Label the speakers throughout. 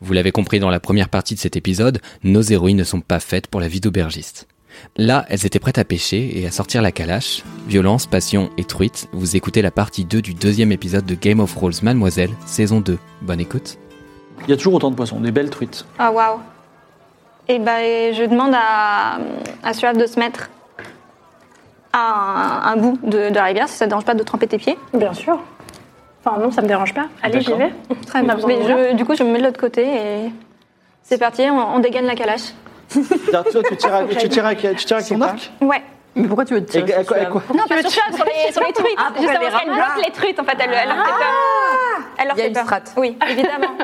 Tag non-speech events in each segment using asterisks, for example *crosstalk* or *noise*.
Speaker 1: Vous l'avez compris dans la première partie de cet épisode, nos héroïnes ne sont pas faites pour la vie d'aubergiste. Là, elles étaient prêtes à pêcher et à sortir la calache. Violence, passion et truite, vous écoutez la partie 2 du deuxième épisode de Game of Rolls Mademoiselle, saison 2. Bonne écoute.
Speaker 2: Il y a toujours autant de poissons, des belles truites.
Speaker 3: Ah waouh. Et ben je demande à, à Suave de se mettre à un, un bout de, de la rivière si ça ne dérange pas de tremper tes pieds.
Speaker 4: Bien sûr. Enfin, non, ça me dérange pas. Allez, j'y
Speaker 2: D'accord.
Speaker 4: vais.
Speaker 3: Très
Speaker 4: bien.
Speaker 3: Mais je- du coup je me mets de l'autre côté et c'est parti, on, on dégaine la calache.
Speaker 2: Toi, tu tires, à- tu tires, à- tu tires avec ton arc
Speaker 3: Ouais.
Speaker 5: Mais pourquoi tu veux te
Speaker 2: Et
Speaker 5: tirer
Speaker 2: à
Speaker 5: sur
Speaker 2: quoi- à
Speaker 5: Suave
Speaker 2: quoi-
Speaker 3: Non, pas sur Suave, sur les, sur les truites.
Speaker 5: Ah,
Speaker 3: Juste
Speaker 5: pourquoi
Speaker 3: parce
Speaker 5: elle les
Speaker 3: qu'elle
Speaker 5: ramasse
Speaker 3: bloque les truites en fait, elle, elle leur fait peur. Elle leur
Speaker 5: Il y a
Speaker 3: fait
Speaker 5: une
Speaker 3: peur.
Speaker 5: strate.
Speaker 3: Ah *laughs* Oui, évidemment.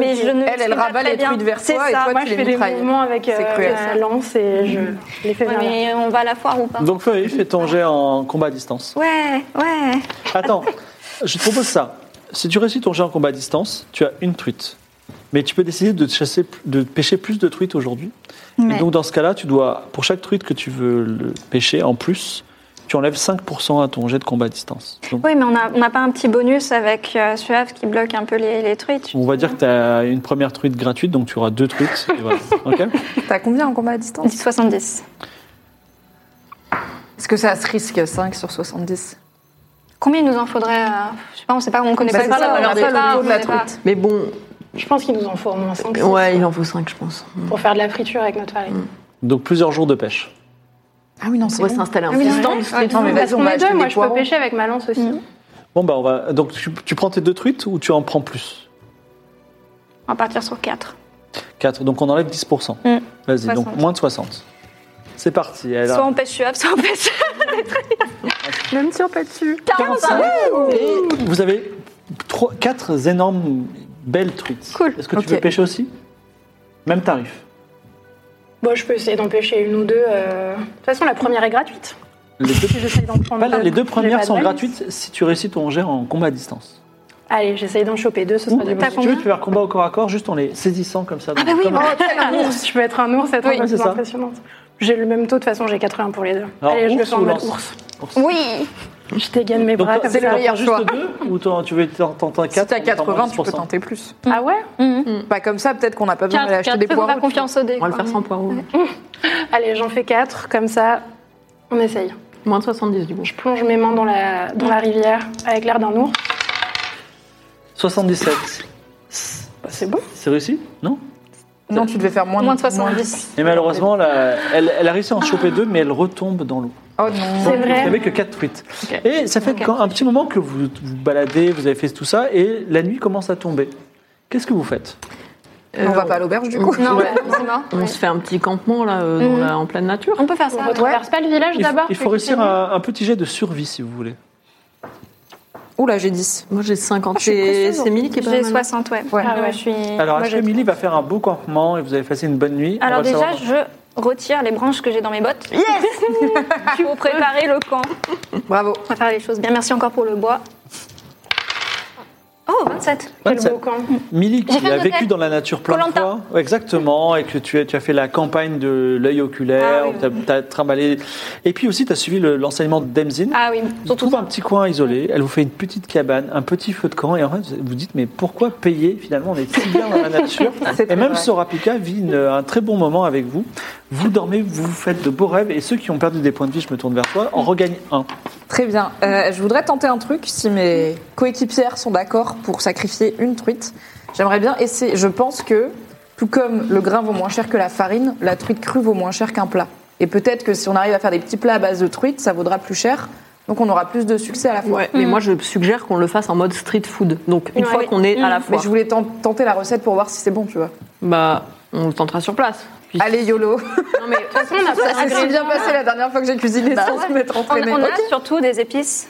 Speaker 3: Mais je ne
Speaker 5: Elle, elle
Speaker 3: sais pas
Speaker 5: rabat
Speaker 3: très
Speaker 5: les
Speaker 3: bien.
Speaker 5: truites vers
Speaker 3: C'est
Speaker 5: toi et
Speaker 3: ça.
Speaker 5: toi,
Speaker 3: Ouais,
Speaker 4: Moi, je
Speaker 5: tu les
Speaker 4: fais des
Speaker 5: mitrailles.
Speaker 4: mouvements avec
Speaker 5: C'est
Speaker 4: euh,
Speaker 5: cruel.
Speaker 4: la lance et je les fais
Speaker 3: Ouais,
Speaker 4: vers
Speaker 3: mais on va à la foire ou pas
Speaker 2: Donc, fais, fais ton jet en combat à distance.
Speaker 3: Ouais, ouais.
Speaker 2: Attends, je te propose ça. Si tu réussis ton jet en combat à distance, tu as une truite. Mais tu peux décider de, chasser, de pêcher plus de truites aujourd'hui. Et
Speaker 3: Ouais.
Speaker 2: donc, dans ce cas-là, tu dois, pour chaque truite que tu veux le pêcher en plus, tu enlèves 5% à ton jet de combat à distance. Donc,
Speaker 3: Oui, mais on n'a on n'a pas un petit bonus avec euh, Suave qui bloque un peu les, les truites.
Speaker 2: on va dire que tu as une première truite gratuite, donc tu auras deux truites. et voilà. Ok
Speaker 5: T'as combien en combat à distance
Speaker 3: 10,70.
Speaker 5: Est-ce que ça se risque 5 sur 70
Speaker 3: Combien il nous en faudrait euh, Je sais pas, on sait pas, on connaît
Speaker 5: Bah,
Speaker 3: pas
Speaker 5: c'est ça,
Speaker 3: on
Speaker 5: on
Speaker 3: connaît
Speaker 5: regarde
Speaker 3: pas,
Speaker 5: pas le
Speaker 3: on
Speaker 5: niveau de la
Speaker 3: connaît pas.
Speaker 5: truite. Mais bon,
Speaker 4: Je pense qu'il nous en faut au moins 5
Speaker 5: ouais, il en faut 5, je pense.
Speaker 4: pour faire de la friture avec notre farine.
Speaker 2: Donc, plusieurs jours de pêche.
Speaker 5: Ah oui, non, c'est
Speaker 6: pourrait s'installer un
Speaker 5: distance.
Speaker 4: Ouais,
Speaker 5: Non, mais
Speaker 4: parce
Speaker 5: vas-y, on
Speaker 4: qu'on
Speaker 5: va
Speaker 4: est deux,
Speaker 5: acheter
Speaker 4: moi
Speaker 5: des
Speaker 4: je peux
Speaker 5: poireaux.
Speaker 4: pêcher avec ma lance aussi.
Speaker 2: Bon, bah, on va. Donc, tu, tu prends tes deux truites ou tu en prends plus
Speaker 3: On va partir sur 4.
Speaker 2: 4. Donc, on enlève 10%.
Speaker 3: Mm.
Speaker 2: Vas-y, donc
Speaker 3: 60.
Speaker 2: moins de 60. C'est parti. Elle
Speaker 3: Soit
Speaker 2: a
Speaker 3: on pêche Suave, soit on pêche.
Speaker 5: Même si on pas dessus.
Speaker 2: 45. Et vous avez trois, quatre énormes belles truites.
Speaker 3: Cool.
Speaker 2: Est-ce que tu
Speaker 5: Ok.
Speaker 2: veux pêcher aussi Même tarif.
Speaker 4: Bon, je peux essayer d'en pêcher une ou deux. euh. De toute façon, la première est gratuite.
Speaker 2: Les
Speaker 4: *laughs*
Speaker 2: deux,
Speaker 4: Si j'essaye d'en prendre
Speaker 2: pas là, les deux
Speaker 4: j'ai pas
Speaker 2: premières
Speaker 4: de
Speaker 2: sont
Speaker 4: valise.
Speaker 2: gratuites si tu réussis ton jet en combat à distance.
Speaker 4: Allez, j'essaye d'en choper deux, ce sera du
Speaker 3: T'as
Speaker 4: bonus.
Speaker 2: Si tu veux,
Speaker 3: combien
Speaker 2: tu peux faire combat au corps à corps juste en les saisissant comme ça. dans-
Speaker 3: bah oui,
Speaker 2: comme-
Speaker 3: bon.
Speaker 4: Un *laughs* ours, je peux être un ours, c'est
Speaker 2: Oh, Oui, c'est ça.
Speaker 4: impressionnante. J'ai le même taux, de toute façon, j'ai 80 pour les deux.
Speaker 2: Alors,
Speaker 4: Allez, je le
Speaker 2: ours
Speaker 4: fais en
Speaker 2: ou
Speaker 4: mode
Speaker 2: lance
Speaker 4: ours.
Speaker 2: Ours.
Speaker 3: Oui
Speaker 4: Je dégaine mes
Speaker 2: Donc,
Speaker 4: bras
Speaker 2: t'en-
Speaker 4: comme
Speaker 2: c'est
Speaker 4: ça.
Speaker 2: le
Speaker 5: meilleur
Speaker 2: juste
Speaker 5: choix.
Speaker 2: deux ou t'en- tu veux t'en- tenter un 4
Speaker 5: Si t'as 80, tu peux tenter plus.
Speaker 4: Ah ouais
Speaker 5: Bah, comme ça, peut-être qu'on n'a pas besoin
Speaker 3: Quatre,
Speaker 5: d'aller acheter
Speaker 3: quatre,
Speaker 5: des
Speaker 3: faut
Speaker 5: poireaux.
Speaker 3: faire confiance au dé.
Speaker 6: On va le faire
Speaker 3: quoi.
Speaker 6: sans poireaux.
Speaker 4: Allez, j'en fais 4, comme ça, on essaye.
Speaker 6: Moins de 70 du coup.
Speaker 4: Je plonge mes mains dans la, dans la rivière avec l'air d'un ours.
Speaker 2: 77.
Speaker 4: Bah, c'est bon.
Speaker 2: C'est réussi Non
Speaker 5: Non, tu devais faire moins,
Speaker 3: Moins de 70.
Speaker 2: Et malheureusement, la- elle, elle a réussi à en choper deux, mais elle retombe dans l'eau.
Speaker 5: Oh non.
Speaker 4: C'est
Speaker 2: Vous
Speaker 4: vrai.
Speaker 2: n'avez que 4 truites. Et ça fait
Speaker 3: Ok.
Speaker 2: quand- un petit moment que vous vous baladez, vous avez fait tout ça, et la nuit commence à tomber. Qu'est-ce que vous faites
Speaker 5: On va pas à l'auberge du coup.
Speaker 3: Non,
Speaker 6: Ouais.
Speaker 3: c'est mort.
Speaker 6: Euh, On
Speaker 3: Ouais.
Speaker 6: se fait un petit campement là, euh, dans
Speaker 3: Mhm.
Speaker 6: la- en pleine nature.
Speaker 3: On peut faire
Speaker 4: On
Speaker 3: ça.
Speaker 4: retraverse pas le village
Speaker 2: Il, faut-
Speaker 4: d'abord
Speaker 2: il faut réussir un, un petit jet de survie si vous voulez.
Speaker 5: Oula, j'ai 10.
Speaker 6: Moi j'ai
Speaker 3: Ah,
Speaker 6: 50. C'est c'est Milly qui est pas
Speaker 3: J'ai
Speaker 6: mal.
Speaker 3: 60, ouais.
Speaker 5: Ouais.
Speaker 3: Ah
Speaker 4: ouais.
Speaker 3: je suis...
Speaker 2: Alors,
Speaker 3: moi, j'ai-
Speaker 2: Ashley va faire un beau campement et vous allez passer une bonne nuit.
Speaker 3: Alors
Speaker 2: On va le
Speaker 3: déjà,
Speaker 2: savoir.
Speaker 3: je retire les branches que j'ai dans mes bottes. Yes *laughs* Pour préparer le camp.
Speaker 5: Bravo.
Speaker 3: On va faire les choses bien. Merci encore pour le bois. Oh, 27.
Speaker 4: Quel
Speaker 2: 27.
Speaker 4: beau camp.
Speaker 2: Milly,
Speaker 3: J'ai
Speaker 2: qui
Speaker 3: fait
Speaker 2: a
Speaker 3: un
Speaker 2: vécu
Speaker 3: hôtel.
Speaker 2: dans la nature plein de
Speaker 3: Koh-Lanta.
Speaker 2: fois, Ouais, exactement, et que tu, as- tu as fait la campagne de l'œil oculaire,
Speaker 3: Ah oui,
Speaker 2: tu as, trimballé. Et puis aussi, tu as suivi le- l'enseignement de Demzin.
Speaker 3: Ah oui,
Speaker 2: Vous
Speaker 3: surtout
Speaker 2: trouvez un petit coin isolé, elle vous fait une petite cabane, un petit feu de camp, et en fait, vous vous dites, mais pourquoi payer Finalement, on est si bien dans la nature.
Speaker 5: C'est
Speaker 2: Et
Speaker 5: très
Speaker 2: même
Speaker 5: vrai.
Speaker 2: Sorapika vit une- un très bon moment avec vous. Vous dormez, vous vous faites de beaux rêves, et ceux qui ont perdu des points de vie, je me tourne vers toi, en regagnent un.
Speaker 5: Très bien. Euh, je voudrais tenter un truc. Si mes coéquipières sont d'accord pour sacrifier une truite, j'aimerais bien essayer. Je pense que, tout comme le grain vaut moins cher que la farine, la truite crue vaut moins cher qu'un plat. Et peut-être que si on arrive à faire des petits plats à base de truite, ça vaudra plus cher. Donc on aura plus de succès à la fois.
Speaker 6: Ouais, mais moi je suggère qu'on le fasse en mode street food. Donc
Speaker 3: Mhm. Ouais.
Speaker 6: une
Speaker 3: Mhm.
Speaker 6: fois qu'on est à la
Speaker 5: Mais
Speaker 6: fois,
Speaker 5: je voulais ten- tenter la recette pour voir si c'est bon, tu vois.
Speaker 6: bah on le tentera sur place. Puis-
Speaker 5: Allez, YOLO
Speaker 6: Non, mais- Bah
Speaker 5: Ça s'est si bien passé la dernière fois que j'ai cuisiné sans se mettre
Speaker 3: On,
Speaker 5: entraîner.
Speaker 3: on a
Speaker 5: Ok.
Speaker 3: surtout des épices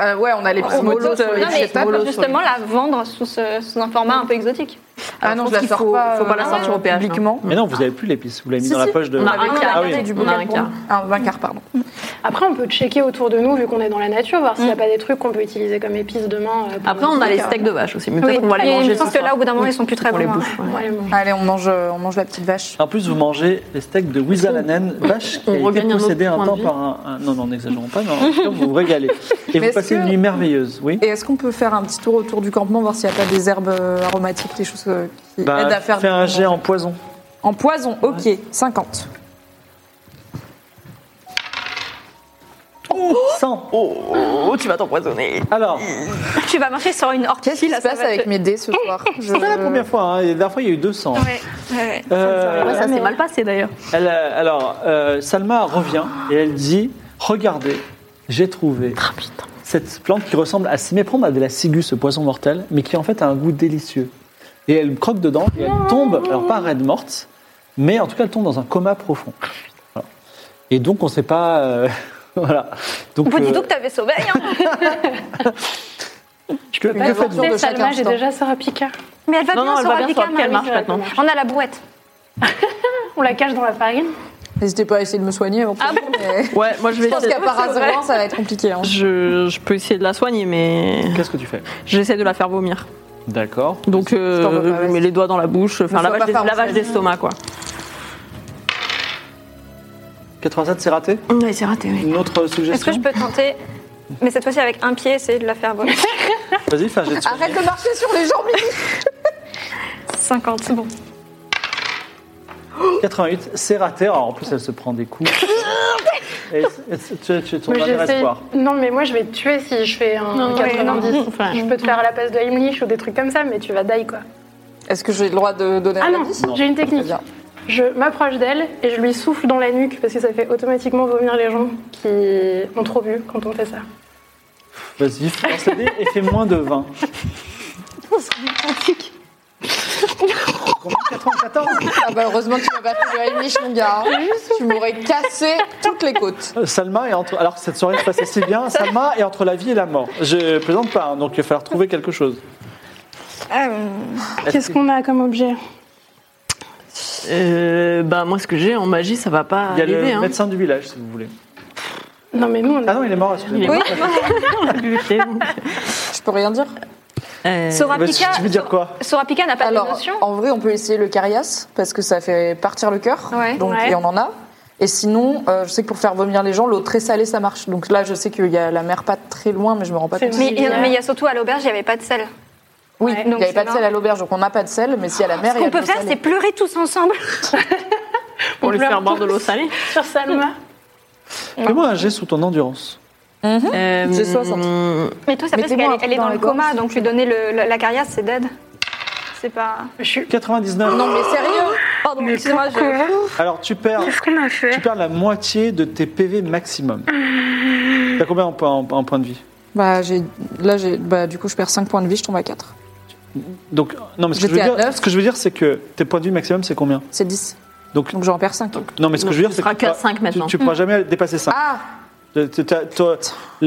Speaker 5: Euh, ouais, on a les petits
Speaker 6: Oh,
Speaker 5: mots
Speaker 6: mollo
Speaker 5: euh,
Speaker 6: sur les
Speaker 3: Non, mais
Speaker 6: c'est pas
Speaker 5: acceptables.
Speaker 6: mollo.
Speaker 3: justement la vendre sous, ce- sous un format un peu exotique.
Speaker 5: Ah non,
Speaker 6: Alors,
Speaker 5: je la
Speaker 6: qu'il
Speaker 5: sors
Speaker 6: faut-
Speaker 5: pas.
Speaker 6: faut pas la
Speaker 5: euh,
Speaker 6: sortir au hein. péage,
Speaker 5: Publiquement.
Speaker 2: Mais non, vous n'avez plus l'épice, vous l'avez mis
Speaker 5: Si,
Speaker 2: dans
Speaker 5: si.
Speaker 2: la poche de.
Speaker 6: On a
Speaker 2: Ah
Speaker 6: un
Speaker 2: oui.
Speaker 6: quart.
Speaker 2: oui.
Speaker 6: On a un
Speaker 5: pour-
Speaker 6: quart.
Speaker 5: Ah, Un vingt quart, pardon.
Speaker 4: Après, on peut checker autour de nous, vu qu'on est dans la nature, voir s'il
Speaker 2: Mm.
Speaker 4: n'y a pas des trucs qu'on peut utiliser comme épices demain. euh, pour
Speaker 6: Après, on
Speaker 4: notre
Speaker 6: a les
Speaker 4: truc,
Speaker 6: steaks de vache aussi. Mais
Speaker 3: Oui,
Speaker 6: peut-être qu'on va les
Speaker 3: et
Speaker 6: manger.
Speaker 3: je pense que là, au bout d'un moment, ils sont plus très
Speaker 6: On les
Speaker 3: bons. hein.
Speaker 6: bouffe.
Speaker 4: euh, ouais, bon.
Speaker 5: Allez, on mange, euh, on mange la petite vache.
Speaker 2: En plus, vous mangez les steaks de Wizalanen, vache qui
Speaker 6: On
Speaker 2: a été
Speaker 6: regagne un autre
Speaker 2: possédée un
Speaker 6: point
Speaker 2: temps
Speaker 6: de vue.
Speaker 2: par un. un- Non, non, n'exagérons pas, mais en tout cas, vous vous régalez. Et vous
Speaker 5: est-ce
Speaker 2: passez une
Speaker 5: que-
Speaker 2: nuit merveilleuse, oui
Speaker 5: Et est-ce qu'on peut faire un petit tour autour du campement, voir s'il n'y a pas des herbes euh, aromatiques, des choses euh, qui
Speaker 6: Bah,
Speaker 5: aident à faire.
Speaker 2: fais Bah, un jet en poison.
Speaker 5: En poison, ok, 50.
Speaker 2: 100
Speaker 6: Oh, tu vas t'empoisonner. Mmh.
Speaker 2: Alors,
Speaker 3: Tu vas marcher sur une
Speaker 5: Qu'est-ce qui
Speaker 3: orchestrie, là,
Speaker 5: se
Speaker 3: ça
Speaker 5: passe
Speaker 3: va te-
Speaker 5: avec mes dés ce soir Je-
Speaker 2: c'est pas la première fois, hein. la dernière fois, il y a eu 200.
Speaker 3: Ouais, ouais, ouais.
Speaker 2: Euh,
Speaker 6: Ouais, ça s'est mal passé d'ailleurs.
Speaker 2: Elle, euh, alors, euh, Salma revient et elle dit Regardez, j'ai trouvé cette plante qui ressemble à s'y méprendre à de la ciguë, ce poison mortel, mais qui en fait a un goût délicieux. Et elle croque dedans et elle tombe, alors pas raide morte, mais en tout cas elle tombe dans un coma profond. Voilà. Et donc on ne sait pas. euh, *laughs* voilà. Donc,
Speaker 3: On peut
Speaker 2: euh,
Speaker 3: dire que t'avais sauvé, hein.
Speaker 2: que, que
Speaker 5: pas
Speaker 2: faites-vous
Speaker 5: de
Speaker 4: Tu sais,
Speaker 5: chaque
Speaker 4: Salma, j'ai
Speaker 5: instant.
Speaker 4: déjà Sarah Picard.
Speaker 3: Mais elle va
Speaker 6: Non,
Speaker 3: bien
Speaker 6: non, elle
Speaker 3: sur
Speaker 6: va bien sur
Speaker 3: Abicam,
Speaker 6: elle
Speaker 3: hein,
Speaker 6: marche
Speaker 3: oui,
Speaker 6: maintenant.
Speaker 3: On a la bouette.
Speaker 4: On la cache dans la farine.
Speaker 5: N'hésitez pas à essayer de me soigner avant
Speaker 3: Ah
Speaker 5: tout, mais-
Speaker 6: Ouais, moi je
Speaker 5: Je
Speaker 6: vais
Speaker 5: pense
Speaker 6: essayer.
Speaker 5: qu'à Parazoran, ça va être compliqué. hein.
Speaker 6: Je, je peux essayer de la soigner, mais
Speaker 2: Qu'est-ce que tu fais
Speaker 6: j'essaie de la faire vomir.
Speaker 2: D'accord.
Speaker 6: Donc euh,
Speaker 5: Je t'en veux pas,
Speaker 6: je
Speaker 5: vas-y.
Speaker 6: mets les doigts dans la bouche, enfin
Speaker 5: sois pas
Speaker 6: lavage des-
Speaker 5: farouche,
Speaker 6: lavage
Speaker 5: vas-y.
Speaker 6: d'estomac quoi.
Speaker 2: 87, c'est raté
Speaker 6: Ouais, c'est raté, oui.
Speaker 2: Une autre
Speaker 3: Est-ce que
Speaker 2: suggestion
Speaker 3: je peux tenter, mais cette fois-ci avec un pied, essayer de la faire voler
Speaker 2: Vas-y, fais un jet de
Speaker 5: Arrête de marcher sur les jambes, Mimi.
Speaker 3: 50, c'est bon.
Speaker 2: 88, c'est raté. Alors, en plus, elle se prend des coups. Et, et tu, tu es ton
Speaker 4: Mais
Speaker 2: dernier
Speaker 4: j'essaie-
Speaker 2: espoir.
Speaker 4: Non, mais moi, je vais te tuer si je fais un
Speaker 6: Non,
Speaker 4: 90.
Speaker 6: ouais, non. Enfin,
Speaker 4: je peux te faire la passe de Heimlich ou des trucs comme ça, mais tu vas die, quoi.
Speaker 5: Est-ce que j'ai le droit de donner
Speaker 4: Ah
Speaker 5: un
Speaker 4: non,
Speaker 5: avis
Speaker 4: j'ai une
Speaker 5: Très
Speaker 4: technique.
Speaker 5: bien.
Speaker 4: Je m'approche d'elle et je lui souffle dans la nuque parce que ça fait automatiquement vomir les gens qui ont trop bu quand on fait ça.
Speaker 2: Vas-y, lance les dés et fais moins de 20. Combien 94
Speaker 5: Ah bah heureusement que tu m'as pas fait le Heimlich, mon gars. hein. Tu m'aurais cassé toutes les côtes.
Speaker 2: Euh, Salma est entre. Alors que cette soirée se passait si bien, Salma est entre la vie et la mort. Je plaisante pas, hein, donc il va falloir trouver quelque chose. Est-ce
Speaker 4: Qu'est-ce qu'on a comme objet
Speaker 6: Euh, bah moi ce que j'ai en magie ça va pas
Speaker 2: Il y a
Speaker 6: l'aider.
Speaker 2: le
Speaker 6: Hein.
Speaker 2: médecin du village, si vous voulez.
Speaker 4: Non, mais nous, on a.
Speaker 2: Ah non, il est mort, excusez-moi.
Speaker 5: Oui.
Speaker 6: Euh,
Speaker 5: Je peux rien dire.
Speaker 3: Euh,
Speaker 2: Bah, tu,
Speaker 3: Sorapika,
Speaker 2: tu veux dire quoi
Speaker 3: Sorapika n'a pas de
Speaker 5: Alors,
Speaker 3: notion.
Speaker 5: en vrai, on peut essayer le carias parce que ça fait partir le cœur.
Speaker 3: Ouais.
Speaker 5: donc
Speaker 4: Ouais.
Speaker 5: et on en a. Et sinon, euh, je sais que pour faire vomir les gens, l'eau très salée, ça marche. Donc là, je sais qu'il y a la mer pas très loin, mais je me rends pas
Speaker 4: C'est
Speaker 5: compte.
Speaker 4: vrai.
Speaker 3: Mais, il y a- mais il y a surtout à l'auberge, il n'y avait pas de sel.
Speaker 5: Oui,
Speaker 3: Ouais,
Speaker 5: il n'y
Speaker 3: donc
Speaker 5: avait pas
Speaker 3: c'est
Speaker 5: de sel à l'auberge, donc on n'a pas de sel. Mais si à la mer,
Speaker 3: Ce
Speaker 5: il y a
Speaker 3: qu'on
Speaker 5: de
Speaker 3: peut
Speaker 5: l'eau
Speaker 3: faire,
Speaker 5: salée.
Speaker 3: c'est pleurer tous ensemble.
Speaker 6: pour lui
Speaker 4: pleure
Speaker 6: faire boire
Speaker 4: tous.
Speaker 6: de l'eau salée.
Speaker 4: Sur Salma.
Speaker 2: Fais-moi un jet sous ton endurance.
Speaker 5: Mhm.
Speaker 6: Euh,
Speaker 5: J'ai 60.
Speaker 3: *laughs* Mais toi, ça
Speaker 5: Mais
Speaker 3: peut qu'elle
Speaker 5: dis-moi un
Speaker 3: est-
Speaker 5: truc
Speaker 3: elle est
Speaker 5: dans
Speaker 3: dans
Speaker 5: la
Speaker 3: le
Speaker 5: gorge,
Speaker 3: coma,
Speaker 5: s'il
Speaker 3: donc lui donner le- la la carias, c'est dead. C'est pas.
Speaker 4: Je suis.
Speaker 2: 99.
Speaker 5: Ah Non, mais sérieux
Speaker 3: Pardon, excuse-moi, je.
Speaker 2: Alors tu perds, tu perds la moitié de tes PV maximum. T'as combien en, point- en- en points de vie
Speaker 5: Bah, j'ai, là, j'ai, bah, du coup, je perds 5 points de vie, je tombe à 4.
Speaker 2: Donc non, mais ce que, je veux
Speaker 5: J'étais à
Speaker 2: dire,
Speaker 5: neuf.
Speaker 2: ce que je veux dire, c'est que tes points de vie maximum, c'est combien
Speaker 5: C'est 10.
Speaker 2: Donc
Speaker 5: Donc, j'en perds 5.
Speaker 2: non, mais ce que
Speaker 6: Donc,
Speaker 2: je veux dire,
Speaker 6: tu
Speaker 2: c'est que
Speaker 6: seras
Speaker 2: tu pourras-
Speaker 6: qu'à cinq
Speaker 2: tu-
Speaker 6: maintenant.
Speaker 2: Tu, pourras jamais dépasser 5.
Speaker 5: Ah
Speaker 2: le,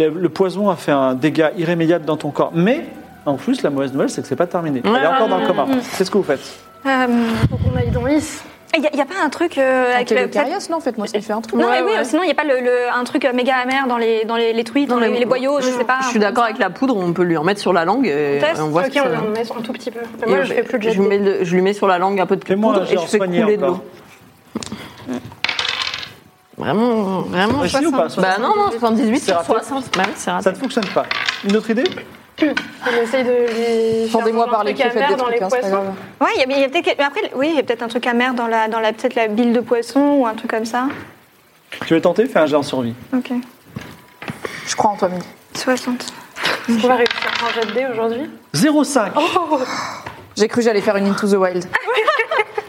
Speaker 2: le poison a fait un dégât irrémédiable dans ton corps, mais en plus, la mauvaise nouvelle, c'est que c'est pas terminé. Elle est encore dans le coma. Qu'est-ce que vous faites
Speaker 6: Euh,
Speaker 4: Faut qu'on aille dans Is.
Speaker 3: Il n'y a, pas un truc euh, avec
Speaker 5: Avec le
Speaker 3: le. peut-être-
Speaker 5: carias, non, en fait, moi, ça fait un truc.
Speaker 3: Non, mais
Speaker 6: Ouais,
Speaker 3: oui,
Speaker 6: ouais.
Speaker 3: sinon, il n'y a pas le, le- un truc euh, méga amer dans les, dans les, les truites, dans les, les boyaux, je sais pas.
Speaker 6: Je suis d'accord avec la poudre, on peut lui en mettre sur la langue et
Speaker 3: teste,
Speaker 6: on voit
Speaker 4: ok,
Speaker 6: ce que
Speaker 4: on
Speaker 6: ça-
Speaker 4: en met un tout petit peu. Mais
Speaker 6: Et
Speaker 4: moi,
Speaker 6: on-
Speaker 4: je fais plus de jet.
Speaker 6: je, mets le- je lui mets sur la langue un peu de
Speaker 2: Fais-moi un
Speaker 6: poudre
Speaker 2: jet
Speaker 6: et
Speaker 2: en
Speaker 6: je fais
Speaker 2: soigné
Speaker 6: couler de
Speaker 2: encore.
Speaker 6: l'eau. Vraiment, vraiment.
Speaker 2: Réussi ou pas
Speaker 6: 60. Bah non, non, 78
Speaker 2: C'est
Speaker 6: sur
Speaker 2: raté.
Speaker 6: 60. Bah oui, c'est raté.
Speaker 2: Ça ne fonctionne pas. Une autre idée
Speaker 4: On essaye de lui. faire
Speaker 5: Tendez-moi
Speaker 4: manger un
Speaker 5: par les
Speaker 4: truc
Speaker 5: pieds, faites
Speaker 4: amer
Speaker 5: des
Speaker 4: dans les
Speaker 5: trucs, hein, c'est pas
Speaker 4: poissons.
Speaker 5: grave.
Speaker 3: Ouais, il y a, il y a peut-être. mais Après, oui, il y a peut-être un truc amer dans la, dans la, peut-être la bile de poisson ou un truc comme ça.
Speaker 2: Tu veux tenter Fais un jet en survie.
Speaker 3: Ok.
Speaker 5: Je crois en toi, Mimi.
Speaker 3: 60.
Speaker 4: On va réussir à un jet de dés aujourd'hui.
Speaker 2: 0,5
Speaker 6: Oh,
Speaker 5: J'ai cru que j'allais faire une Into the Wild.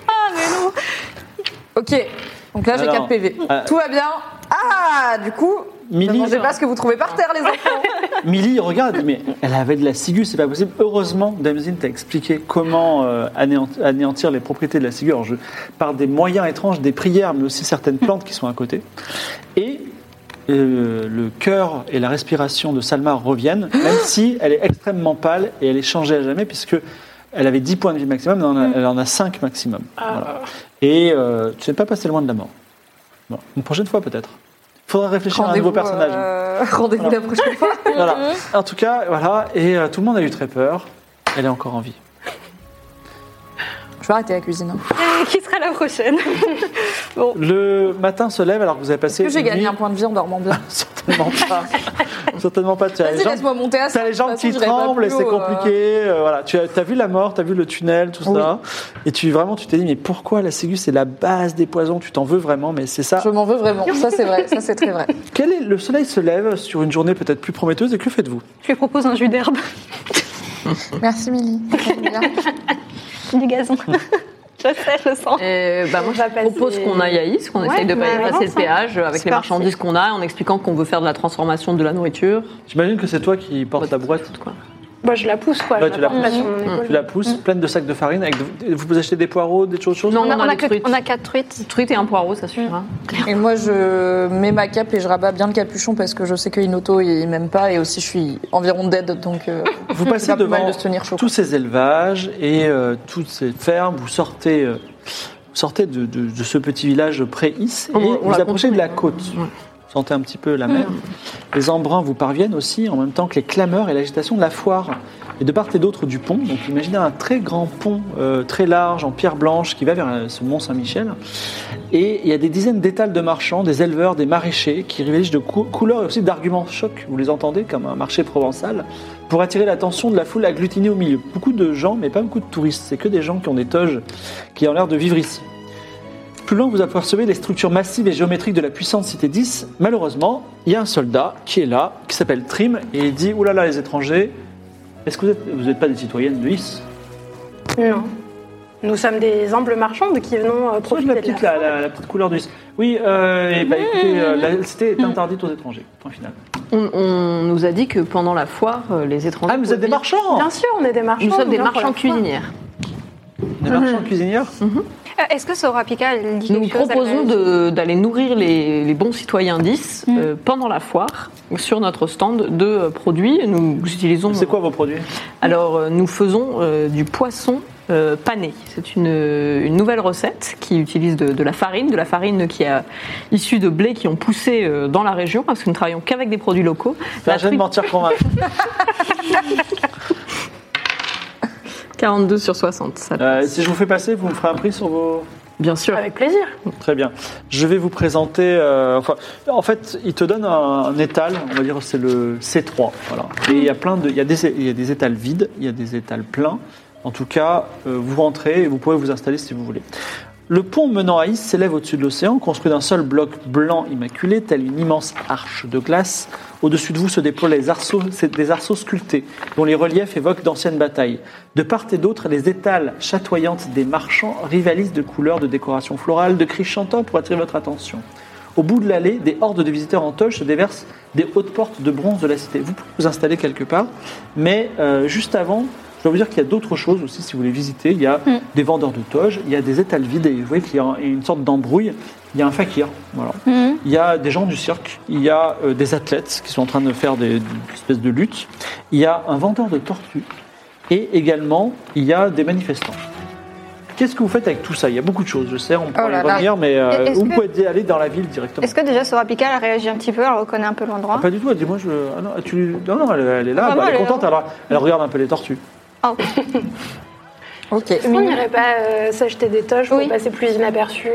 Speaker 5: ah, mais non Ok, donc là j'ai
Speaker 2: Alors,
Speaker 5: 4 PV.
Speaker 2: euh,
Speaker 5: Tout va bien Ah, du coup, ne
Speaker 2: Millie-
Speaker 5: mangez pas ce que vous trouvez par terre,
Speaker 2: *laughs*
Speaker 5: les enfants
Speaker 2: Millie, regarde, mais elle avait de la ciguë, c'est pas possible. Heureusement, Damzin t'a expliqué comment euh, anéant- anéantir les propriétés de la ciguë Alors, je- par des moyens étranges, des prières, mais aussi certaines plantes qui sont à côté. Et et, euh, le cœur et la respiration de Salma reviennent,
Speaker 5: *gasps*
Speaker 2: même si elle est extrêmement pâle et elle est changée à jamais, puisque elle avait 10 points de vie maximum, elle en
Speaker 5: Mm.
Speaker 2: a, elle en a 5 maximum.
Speaker 5: Ah.
Speaker 2: Voilà. Et euh, tu n'es pas passé loin de la mort. Bon, Une prochaine fois, peut-être. Faudra réfléchir à un nouveau
Speaker 5: Rendez-vous,
Speaker 2: personnage.
Speaker 5: euh, *laughs* Rendez-vous la prochaine
Speaker 2: *laughs*
Speaker 5: fois.
Speaker 2: Voilà.
Speaker 5: Mm-hmm.
Speaker 2: En tout cas, voilà. Et euh, tout le monde a eu très peur. Elle est encore en vie.
Speaker 5: Je vais arrêter la cuisine. hein.
Speaker 3: Qui sera la prochaine
Speaker 2: Le matin se lève alors que vous avez passé.
Speaker 5: Oh. Est-ce que
Speaker 2: une
Speaker 5: j'ai gagné
Speaker 2: nuit-
Speaker 5: un point de vie en dormant bien
Speaker 2: *laughs* Certainement pas.
Speaker 5: *laughs*
Speaker 2: Certainement pas. Tu as les
Speaker 5: Vas-y,
Speaker 2: jambes,
Speaker 5: laisse-moi monter à ça.
Speaker 2: t'as les
Speaker 5: de
Speaker 2: jambes
Speaker 5: toute
Speaker 2: qui
Speaker 5: façon, j'irai pas
Speaker 2: tremblent et
Speaker 5: plus
Speaker 2: c'est
Speaker 5: haut, euh.
Speaker 2: compliqué. euh, voilà. Tu as t'as vu la mort, tu as vu le tunnel, tout ça. Et tu vraiment, tu t'es dit, mais pourquoi la ségu, c'est la base des poisons Tu t'en veux vraiment, mais c'est ça.
Speaker 5: Je m'en veux vraiment. Ça, c'est vrai. Ça, c'est
Speaker 2: *laughs*
Speaker 5: très vrai.
Speaker 2: Quel est... Le soleil se lève sur une journée peut-être plus prometteuse et que faites-vous
Speaker 3: Je lui propose un jus d'herbe,
Speaker 5: Merci, Milly.
Speaker 3: du gazon. je sais, je le sens.
Speaker 6: Et, bah, moi,
Speaker 4: On va
Speaker 6: je propose
Speaker 4: passer-
Speaker 6: qu'on aille à Is, qu'on
Speaker 4: Ouais,
Speaker 6: essaye de pas y
Speaker 4: mais
Speaker 6: passer
Speaker 4: avance,
Speaker 6: le
Speaker 4: hein.
Speaker 6: péage avec
Speaker 4: C'est parti.
Speaker 6: les marchandises qu'on a, en expliquant qu'on veut faire de la transformation de la nourriture.
Speaker 2: J'imagine que c'est toi qui portes la boîte.
Speaker 6: Quoi.
Speaker 4: Bah, je la pousse, quoi.
Speaker 2: Ouais,
Speaker 4: je
Speaker 2: tu la
Speaker 4: la porte
Speaker 2: pousses.
Speaker 4: pas sur mon épaule.
Speaker 2: Tu la pousses, pleine de sacs de farine. Avec de- Vous achetez des poireaux, des choses choses
Speaker 6: Non,
Speaker 3: On a,
Speaker 6: on a
Speaker 3: on a
Speaker 6: des
Speaker 3: que-
Speaker 6: truites.
Speaker 3: on a quatre truites.
Speaker 6: Truite et un poireau, ça suffira.
Speaker 5: Et moi, je mets ma cape et je rabats bien le capuchon parce que je sais que Inoto, il m'aime pas et aussi je suis environ dead, donc euh,
Speaker 2: Vous
Speaker 5: c'est
Speaker 2: passez
Speaker 5: pas plus
Speaker 2: devant
Speaker 5: mal de se tenir chaud.
Speaker 2: tous ces élevages et euh, toutes ces fermes. Vous sortez, euh, vous sortez de, de- de ce petit village pré-Is et
Speaker 6: On- on
Speaker 2: vous
Speaker 6: la
Speaker 2: approchez de la côte.
Speaker 6: Ouais.
Speaker 2: Vous sentez un petit peu la mer. Les embruns vous parviennent aussi en même temps que les clameurs et l'agitation de la foire. Et de part et d'autre du pont, donc imaginez un très grand pont euh, très large en pierre blanche qui va vers euh, ce mont Saint-Michel. Et il y a des dizaines d'étals de marchands, des éleveurs, des maraîchers qui révèlent de cou- couleurs et aussi d'arguments choc. Vous les entendez comme un marché provençal pour attirer l'attention de la foule agglutinée au milieu. Beaucoup de gens, mais pas beaucoup de touristes. C'est que des gens qui ont des toges, qui ont l'air de vivre ici. Plus loin, vous apercevez les structures massives et géométriques de la puissante cité 10. Malheureusement, il y a un soldat qui est là, qui s'appelle Trim, et il dit Oulala, là là, les étrangers, est-ce que vous n'êtes vous êtes pas des citoyennes de Is
Speaker 4: Non. Nous sommes des humbles marchandes qui venons euh,
Speaker 2: Prenez
Speaker 4: profiter
Speaker 2: Oh, la
Speaker 4: de la
Speaker 2: petite, la, la- la petite couleur de Is. Oui, euh, eh ben, écoutez, euh, la cité est interdite aux étrangers. Point final.
Speaker 6: On, on nous a dit que pendant la foire, euh, les étrangers.
Speaker 2: Ah, mais vous êtes des
Speaker 6: pouvaient-
Speaker 2: marchands hein,
Speaker 4: Bien sûr, on est des marchands.
Speaker 6: Nous sommes des
Speaker 4: viens pour la
Speaker 6: marchands
Speaker 4: foire.
Speaker 6: cuisinières.
Speaker 2: Des marchands cuisinières
Speaker 3: Euh, Est-ce que Sorapika, elle dit
Speaker 6: Nous
Speaker 3: quelque chose
Speaker 6: proposons
Speaker 3: elle-
Speaker 6: de- d'aller nourrir les, les bons citoyens d'Is
Speaker 4: Mm.
Speaker 6: euh, pendant la foire sur notre stand de euh, produits. Nous utilisons.
Speaker 2: C'est quoi vos produits
Speaker 6: Alors, euh, nous faisons euh, du poisson euh, pané. C'est une, euh, une nouvelle recette qui utilise de, de la farine, de la farine qui est issue de blé qui ont poussé euh, dans la région parce que nous ne travaillons qu'avec des produits locaux.
Speaker 2: Enfin,
Speaker 6: La
Speaker 2: Je viens de
Speaker 6: truite-
Speaker 2: mentir convaincre.
Speaker 6: 42 sur 60. ça
Speaker 2: Euh,
Speaker 6: passe.
Speaker 2: si je vous fais passer, vous me ferez un prix sur vos.
Speaker 6: Bien sûr.
Speaker 4: Avec plaisir.
Speaker 2: Très bien. Je vais vous présenter. euh, enfin, en fait, il te donne un, un étal. On va dire c'est le C3. Voilà. Et il y a plein de. Il y a des, il y a des étals vides. Il y a des étals pleins. En tout cas, euh, vous rentrez et vous pouvez vous installer si vous voulez. Le pont menant à Is s'élève au-dessus de l'océan, construit d'un seul bloc blanc immaculé, tel une immense arche de glace. Au-dessus de vous se déploient les arceaux, c'est des arceaux sculptés, dont les reliefs évoquent d'anciennes batailles. De part et d'autre, les étales chatoyantes des marchands rivalisent de couleurs, de décorations florales, de cris chantants pour attirer votre attention. Au bout de l'allée, des hordes de visiteurs en toge se déversent des hautes portes de bronze de la cité. Vous pouvez vous installer quelque part, mais euh, juste avant, je dois vous dire qu'il y a d'autres choses aussi si vous voulez visiter. Il y a des vendeurs de toges, il y a des étals vides et vous voyez qu'il y a une sorte d'embrouille. Il y a un fakir, voilà.
Speaker 3: Hmm.
Speaker 2: Il y a des gens du cirque, il y a euh, des athlètes qui sont en train de faire des, des espèces de lutte, il y a un vendeur de tortues et également il y a des manifestants. Qu'est-ce que vous faites avec tout ça Il y a beaucoup de choses, je sais, on pourra
Speaker 5: Oh là
Speaker 2: y
Speaker 5: là.
Speaker 2: revenir, mais euh,
Speaker 3: Est-ce
Speaker 2: vous
Speaker 3: que-
Speaker 2: pouvez aller dans la ville directement.
Speaker 3: Est-ce que déjà Sorapika, elle réagit un petit peu, elle reconnaît un peu l'endroit
Speaker 2: Ah, pas du tout, elle dit moi je. Ah non, tu... non, non, elle, elle est là,
Speaker 3: Ah,
Speaker 2: bah,
Speaker 3: moi,
Speaker 2: elle est
Speaker 3: elle est
Speaker 2: contente,
Speaker 3: là.
Speaker 2: alors elle regarde un peu les tortues.
Speaker 3: Ah,
Speaker 5: Ok.
Speaker 4: On n'irait pas euh, s'acheter des toches
Speaker 3: Oui.
Speaker 4: pour passer plus inaperçu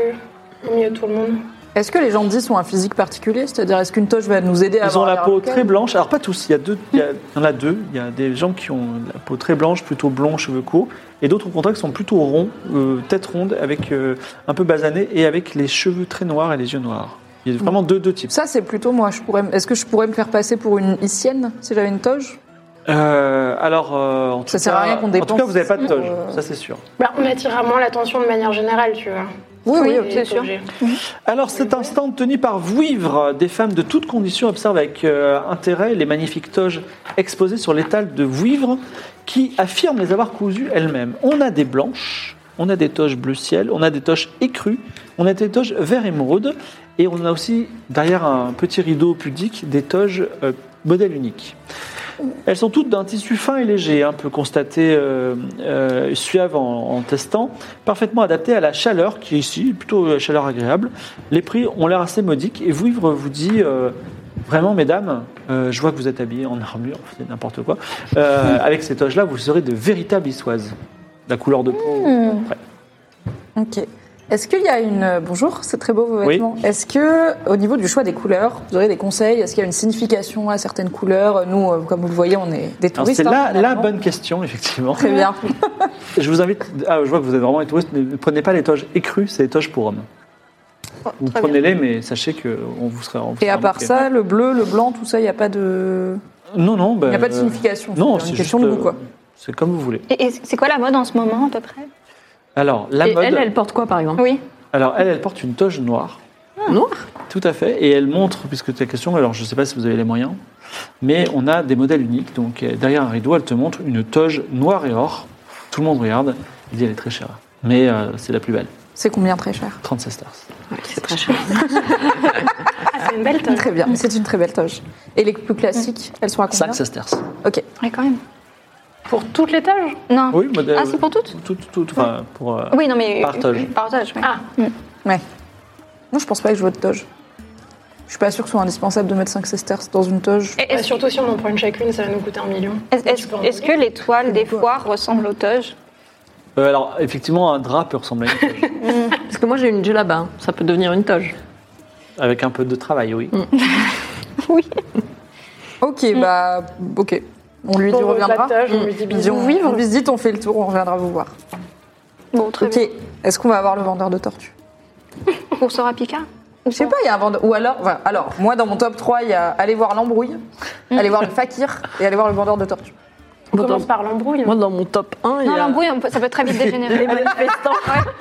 Speaker 4: au milieu de tout le monde.
Speaker 5: Est-ce que les gens de 10 ont un physique particulier C'est-à-dire, est-ce qu'une toche va nous aider à
Speaker 2: Ils ont
Speaker 5: avoir
Speaker 2: la
Speaker 5: l'air
Speaker 2: peau
Speaker 5: local
Speaker 2: très blanche. Alors pas tous, il y, a deux, il y a- il y en a deux. Il y a des gens qui ont la peau très blanche, plutôt blond, cheveux courts, et d'autres au contraire qui sont plutôt ronds, euh, tête ronde, avec euh, un peu basanée et avec les cheveux très noirs et les yeux noirs. Il y a
Speaker 5: Hmm.
Speaker 2: vraiment deux, deux types.
Speaker 5: Ça, c'est plutôt moi. Je pourrais... me- Est-ce que je pourrais me faire passer pour une issienne si j'avais une toge
Speaker 2: Euh, alors, euh, en tout
Speaker 5: Ça sert
Speaker 2: cas-
Speaker 5: à rien qu'on
Speaker 2: En tout
Speaker 5: dépense.
Speaker 2: cas, vous n'avez pas de toge,
Speaker 5: Euh.
Speaker 2: ça c'est sûr.
Speaker 4: Bah, on attirera moins l'attention de manière générale, tu vois.
Speaker 5: Oui, oui, ok.
Speaker 4: c'est
Speaker 3: sûr.
Speaker 2: Alors cet instant tenu par vouivre, des femmes de toutes conditions observent avec euh, intérêt les magnifiques toges exposées sur l'étal de vouivre qui affirment les avoir cousues elles-mêmes. On a des blanches, on a des toches bleu ciel, on a des toches écrues, on a des toches vert émeraude, et on a aussi, derrière un petit rideau pudique, des toches euh, modèle unique. Elles sont toutes d'un tissu fin et léger, un peut constater euh, euh, Suave en, en testant, parfaitement adapté à la chaleur qui est ici, plutôt euh, chaleur agréable. Les prix ont l'air assez modiques et vous, Ivre, vous dit euh, vraiment, mesdames, euh, je vois que vous êtes habillées en armure, *laughs* c'est n'importe quoi. Euh, avec ces toges-là, vous serez de véritables issoises. La couleur de peau. ouais.
Speaker 5: Ok. Est-ce qu'il y a une bonjour, c'est très beau vos vêtements. Est-ce que au niveau du choix des couleurs, vous aurez des conseils Est-ce qu'il y a une signification à certaines couleurs Nous, euh, comme vous le voyez, on est des
Speaker 2: Alors,
Speaker 5: touristes.
Speaker 2: C'est la,
Speaker 5: hein,
Speaker 2: la
Speaker 5: finalement.
Speaker 2: bonne question, *laughs* effectivement.
Speaker 5: Très bien.
Speaker 2: Je vous invite. Ah, je vois que vous êtes vraiment les touristes. Ne prenez pas les toges écrues, c'est les toges pour hommes. Vous
Speaker 3: très
Speaker 2: prenez-les, mais sachez que on vous sera. on vous
Speaker 5: Oh, Et
Speaker 2: sera
Speaker 5: à part
Speaker 2: moqué.
Speaker 5: ça, le bleu, le blanc, tout ça, il n'y a pas de,
Speaker 2: non, non, ben,
Speaker 5: il y a pas de
Speaker 2: euh,
Speaker 5: signification.
Speaker 2: Non,
Speaker 5: c'est
Speaker 2: c'est
Speaker 5: une question
Speaker 2: juste,
Speaker 5: de goût,
Speaker 2: euh,
Speaker 5: quoi.
Speaker 2: C'est comme vous voulez.
Speaker 3: Et, et c'est quoi la mode en ce moment, à peu près
Speaker 2: Alors, la
Speaker 6: Et
Speaker 2: mode.
Speaker 6: elle, elle porte quoi par exemple
Speaker 3: Oui.
Speaker 2: Alors, elle, elle porte une toge noire.
Speaker 5: Ah.
Speaker 6: Noir
Speaker 2: Tout à fait. Et elle montre, puisque c'est la question, alors je ne sais pas si vous avez les moyens, mais on a des modèles uniques. Donc, euh, derrière un rideau, elle te montre une toge noire et or. Tout le monde regarde. Il dit, elle est très chère. Mais euh, c'est la plus belle.
Speaker 5: C'est combien très cher
Speaker 2: 36 stars.
Speaker 6: C'est très cher.
Speaker 4: Ah, c'est une belle toge.
Speaker 5: Très bien. C'est une très belle toge. Et les plus classiques, elles sont à combien
Speaker 2: 5 sesterces.
Speaker 5: Ok.
Speaker 3: Ouais, quand même.
Speaker 4: Pour toutes les toges
Speaker 3: Non.
Speaker 2: Oui, euh, modèle.
Speaker 3: Ah, c'est pour toutes
Speaker 2: Tout, tout, tout, enfin, pour. euh,
Speaker 3: Oui, non, mais.
Speaker 2: Par toge.
Speaker 3: Par toge, oui.
Speaker 4: Ah.
Speaker 5: Ouais. Moi, je pense pas que je veux de toge. Je suis pas sûre que ce soit indispensable de mettre 5 sesterces dans une toge.
Speaker 3: Et
Speaker 4: Et
Speaker 3: Est-ce
Speaker 4: surtout si on en prend une chacune, ça va nous coûter un million.
Speaker 3: est-ce-
Speaker 4: Et tu
Speaker 3: est-ce-
Speaker 4: peux en
Speaker 3: est-ce que les toiles des foires ressemblent aux toges
Speaker 2: euh, alors, effectivement, un drap peut ressembler à une toge.
Speaker 6: Parce que moi j'ai une là bas ça peut devenir une toge.
Speaker 2: Avec un peu de travail, oui.
Speaker 3: Mm.
Speaker 5: Ok, bah, ok. On lui dit,
Speaker 4: On
Speaker 5: on
Speaker 4: pose la
Speaker 5: reviendra.
Speaker 4: toge, on lui dit
Speaker 5: On dit,
Speaker 4: bisous.
Speaker 5: on, on visite, on fait le tour, on reviendra vous voir.
Speaker 3: Bon, très
Speaker 5: Ok, est-ce qu'on va voir le vendeur de tortues
Speaker 3: bien. Pour Sora Pika
Speaker 5: Je sais pas, il y a un vendeur. Ou alors, enfin, alors, moi dans mon top 3, il y a aller voir l'embrouille, aller voir le fakir et aller voir le vendeur de tortues.
Speaker 4: On commence par l'embrouille.
Speaker 6: Moi dans mon top 1, il y
Speaker 3: Non,
Speaker 6: a...
Speaker 3: l'embrouille, on peut- ça peut très vite dégénérer.
Speaker 6: *laughs*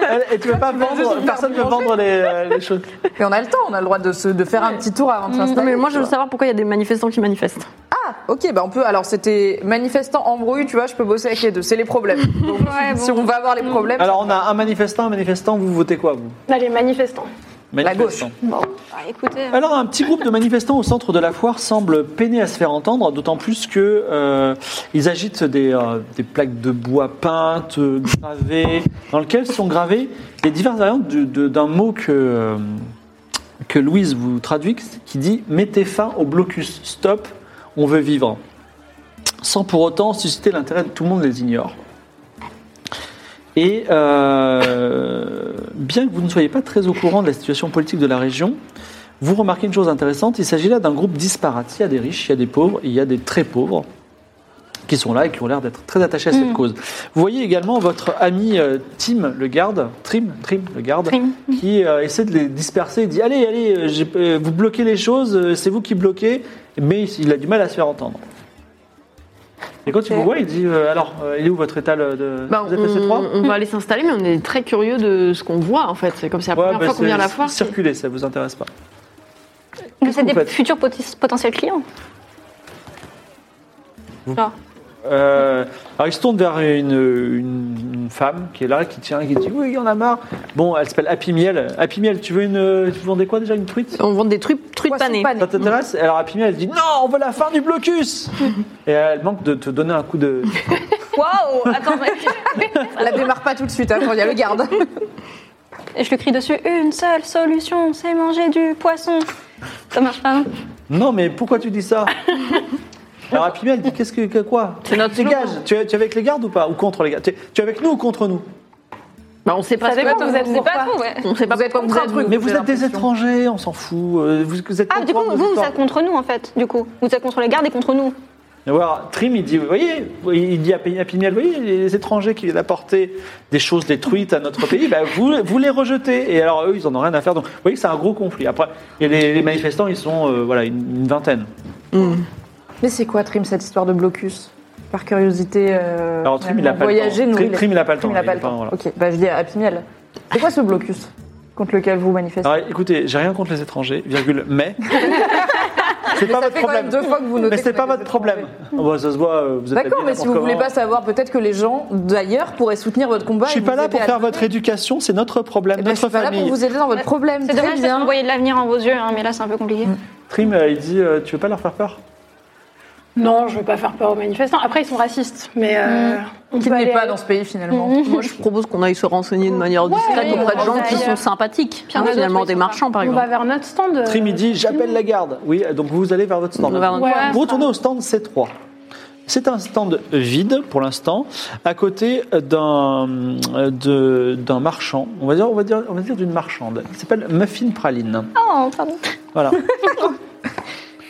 Speaker 2: Euh, Et, tu peux pas vendre, personne ne peut vendre les, euh, les choses.
Speaker 5: Mais on a le temps, on a le droit de, se, de faire un petit tour avant de s'installer.
Speaker 6: Non mais moi je veux
Speaker 5: tu vois.
Speaker 6: savoir pourquoi il y a des manifestants qui manifestent.
Speaker 5: Ok, bah on peut. Alors c'était manifestant embrouille, tu vois, je peux bosser avec les deux, c'est les *laughs* problèmes. Donc,
Speaker 3: Ouais,
Speaker 5: Si on va voir les problèmes,
Speaker 2: Alors, on a un manifestant, un manifestant, vous votez quoi, vous
Speaker 4: Là, les manifestants.
Speaker 2: Manifestant.
Speaker 3: Bon, bah, écoutez.
Speaker 2: Alors, un petit groupe de manifestants au centre de la foire semble peiner à se faire entendre, d'autant plus que euh, ils agitent des, euh, des plaques de bois peintes, euh, gravées, dans lesquelles sont gravées les diverses variantes du- de- d'un mot que, euh, que Louise vous traduit, qui dit « Mettez fin au blocus, stop, on veut vivre », sans pour autant susciter l'intérêt de tout le monde les ignore. Et euh, bien que vous ne soyez pas très au courant de la situation politique de la région, vous remarquez une chose intéressante, il s'agit là d'un groupe disparate. Il y a des riches, il y a des pauvres, et il y a des très pauvres qui sont là et qui ont l'air d'être très attachés à
Speaker 6: Hmm.
Speaker 2: cette cause. Vous voyez également votre ami euh, Tim le garde, Trim, Trim le garde,
Speaker 3: Trim.
Speaker 2: qui euh, essaie de les disperser. Il dit allez, allez, euh, j'ai- euh, vous bloquez les choses, euh, c'est vous qui bloquez, mais il a du mal à se faire entendre. Et quand il vous voit, il dit euh, alors, euh, il est où votre étal euh, de
Speaker 6: Bah,
Speaker 2: vous êtes passé
Speaker 6: on,
Speaker 2: trois
Speaker 6: on va aller s'installer mais on est très curieux de ce qu'on voit en fait. C'est comme c'est la
Speaker 2: Ouais,
Speaker 6: première
Speaker 2: bah,
Speaker 6: fois qu'on
Speaker 2: c'est-
Speaker 6: vient à la foire. c'est-
Speaker 2: Circuler, ça vous intéresse pas.
Speaker 3: Mais c'est
Speaker 2: que
Speaker 3: des
Speaker 2: vous faites
Speaker 3: futurs potis- potentiels clients.
Speaker 2: Euh, alors il se tourne vers une, une- une femme qui est là, qui tient, qui dit oui, il y en a marre. Bon, elle s'appelle Happy Miel. Happy Miel, tu veux une, euh, tu vendais quoi déjà une truite
Speaker 6: On vend des trucs, trucs
Speaker 5: poisson
Speaker 6: panés.
Speaker 5: pané.
Speaker 2: Ça t'intéresse Alors Happy Miel elle dit non, on veut la fin du blocus. Et elle manque de te donner un coup de.
Speaker 3: Waouh Attends,
Speaker 5: la démarre pas tout de suite, attends, il y a le garde.
Speaker 3: Et je lui crie dessus une seule solution, c'est manger du poisson. Ça marche pas. non
Speaker 2: Non, mais pourquoi tu dis ça Alors Happy Miel dit qu'est-ce que, que- quoi
Speaker 6: C'est notre
Speaker 2: Les
Speaker 6: slogan.
Speaker 2: gages. Tu es, tu es avec les gardes ou pas Ou contre les gardes tu es, tu es avec nous ou contre nous
Speaker 6: Bah, on sait pas.
Speaker 4: Ça
Speaker 6: ce que-
Speaker 4: dépend, vous êtes-
Speaker 3: C'est pas faux, ouais.
Speaker 6: Bah, On sait pas
Speaker 5: Vous êtes
Speaker 6: pourquoi
Speaker 5: contre
Speaker 6: vous
Speaker 5: un truc.
Speaker 2: Mais vous
Speaker 5: j'ai
Speaker 2: êtes des
Speaker 5: l'impression.
Speaker 2: étrangers, on s'en fout. Euh, Vous, vous êtes
Speaker 3: Ah, du
Speaker 2: pas au courant
Speaker 3: coup,
Speaker 2: de nos
Speaker 3: vous, vous
Speaker 2: histoires.
Speaker 3: êtes contre nous, en fait. Du coup, vous êtes contre les gardes et contre nous.
Speaker 2: Et Voilà, Trim, il dit, vous voyez, il dit à Pe- à Pignel, vous voyez, les étrangers qui viennent apporter des choses détruites à notre pays, bah, vous, vous les rejetez. Et alors, eux, ils en ont rien à faire. Donc, vous voyez que c'est un gros conflit. Après, et les, les manifestants, ils sont, euh, voilà, une, une vingtaine.
Speaker 5: Mais c'est quoi, Trim, cette histoire de blocus Par curiosité, euh,
Speaker 2: Alors, Ah, Trim, il
Speaker 5: finalement,
Speaker 2: a pas le
Speaker 5: voyager,
Speaker 2: temps.
Speaker 5: nourrir
Speaker 2: Trim-
Speaker 5: les-
Speaker 2: Trim, il a pas le temps,
Speaker 5: Trim, il a
Speaker 2: il
Speaker 5: pas
Speaker 2: est
Speaker 5: le
Speaker 2: pas-
Speaker 5: temps.
Speaker 2: voilà.
Speaker 5: Ok, bah, je dis à Happy Miel. C'est quoi ce
Speaker 2: Ah,
Speaker 5: blocus contre lequel vous manifestez
Speaker 2: Alors, écoutez, j'ai rien contre les étrangers, virgule, mais. C'est pas
Speaker 5: Ça
Speaker 2: votre
Speaker 5: fait quand même
Speaker 2: problème.
Speaker 5: deux fois que vous notez.
Speaker 2: Mais c'est
Speaker 5: qu'on
Speaker 2: pas
Speaker 5: est
Speaker 2: votre
Speaker 5: des
Speaker 2: problème. Oh, bah, ça se voit, euh, vous êtes
Speaker 5: D'accord,
Speaker 2: habillés
Speaker 5: mais si vous
Speaker 2: n'importe
Speaker 5: voulez
Speaker 2: comment.
Speaker 5: pas savoir, peut-être que les gens d'ailleurs pourraient soutenir votre combat.
Speaker 2: Je suis
Speaker 5: et
Speaker 2: pas
Speaker 5: vous
Speaker 2: là
Speaker 5: aider
Speaker 2: pour
Speaker 5: à
Speaker 2: faire
Speaker 5: le mener.
Speaker 2: votre éducation, c'est notre problème,
Speaker 5: Eh ben,
Speaker 2: notre
Speaker 5: je suis pas là pour
Speaker 2: famille.
Speaker 5: vous aider dans votre problème.
Speaker 3: C'est
Speaker 5: Très
Speaker 3: dommage parce qu'on
Speaker 5: bien.
Speaker 3: voyait de l'avenir en vos yeux, hein, mais là c'est un peu compliqué.
Speaker 2: Trim, euh, il dit euh, Tu veux pas leur faire peur
Speaker 4: Non, je veux pas faire peur aux manifestants. Après, ils sont racistes, mais euh, on
Speaker 5: Qui
Speaker 4: peut
Speaker 5: n'est
Speaker 4: aller-
Speaker 5: pas dans ce pays finalement.
Speaker 6: Moi, je propose qu'on aille se renseigner de manière discrète
Speaker 3: oui,
Speaker 6: auprès de
Speaker 3: on
Speaker 6: gens
Speaker 3: va
Speaker 6: qui sont
Speaker 3: ailleurs.
Speaker 6: sympathiques.
Speaker 3: il y en a
Speaker 6: finalement,
Speaker 3: d'autres, ils
Speaker 6: des
Speaker 3: sont
Speaker 6: marchants, par
Speaker 4: On va
Speaker 6: exemple.
Speaker 4: vers notre stand. euh,
Speaker 2: Trim, il dit J'appelle la garde. Oui, euh, donc vous allez vers votre stand.
Speaker 6: On va vers notre-
Speaker 4: *laughs* Ouais.
Speaker 2: Vous retournez au stand C3. C'est un stand vide pour l'instant, à côté d'un euh, de- d'un marchand, on va dire, on va dire, on va dire d'une marchande, qui s'appelle Muffin Praline.
Speaker 3: Oh, pardon.
Speaker 2: Voilà.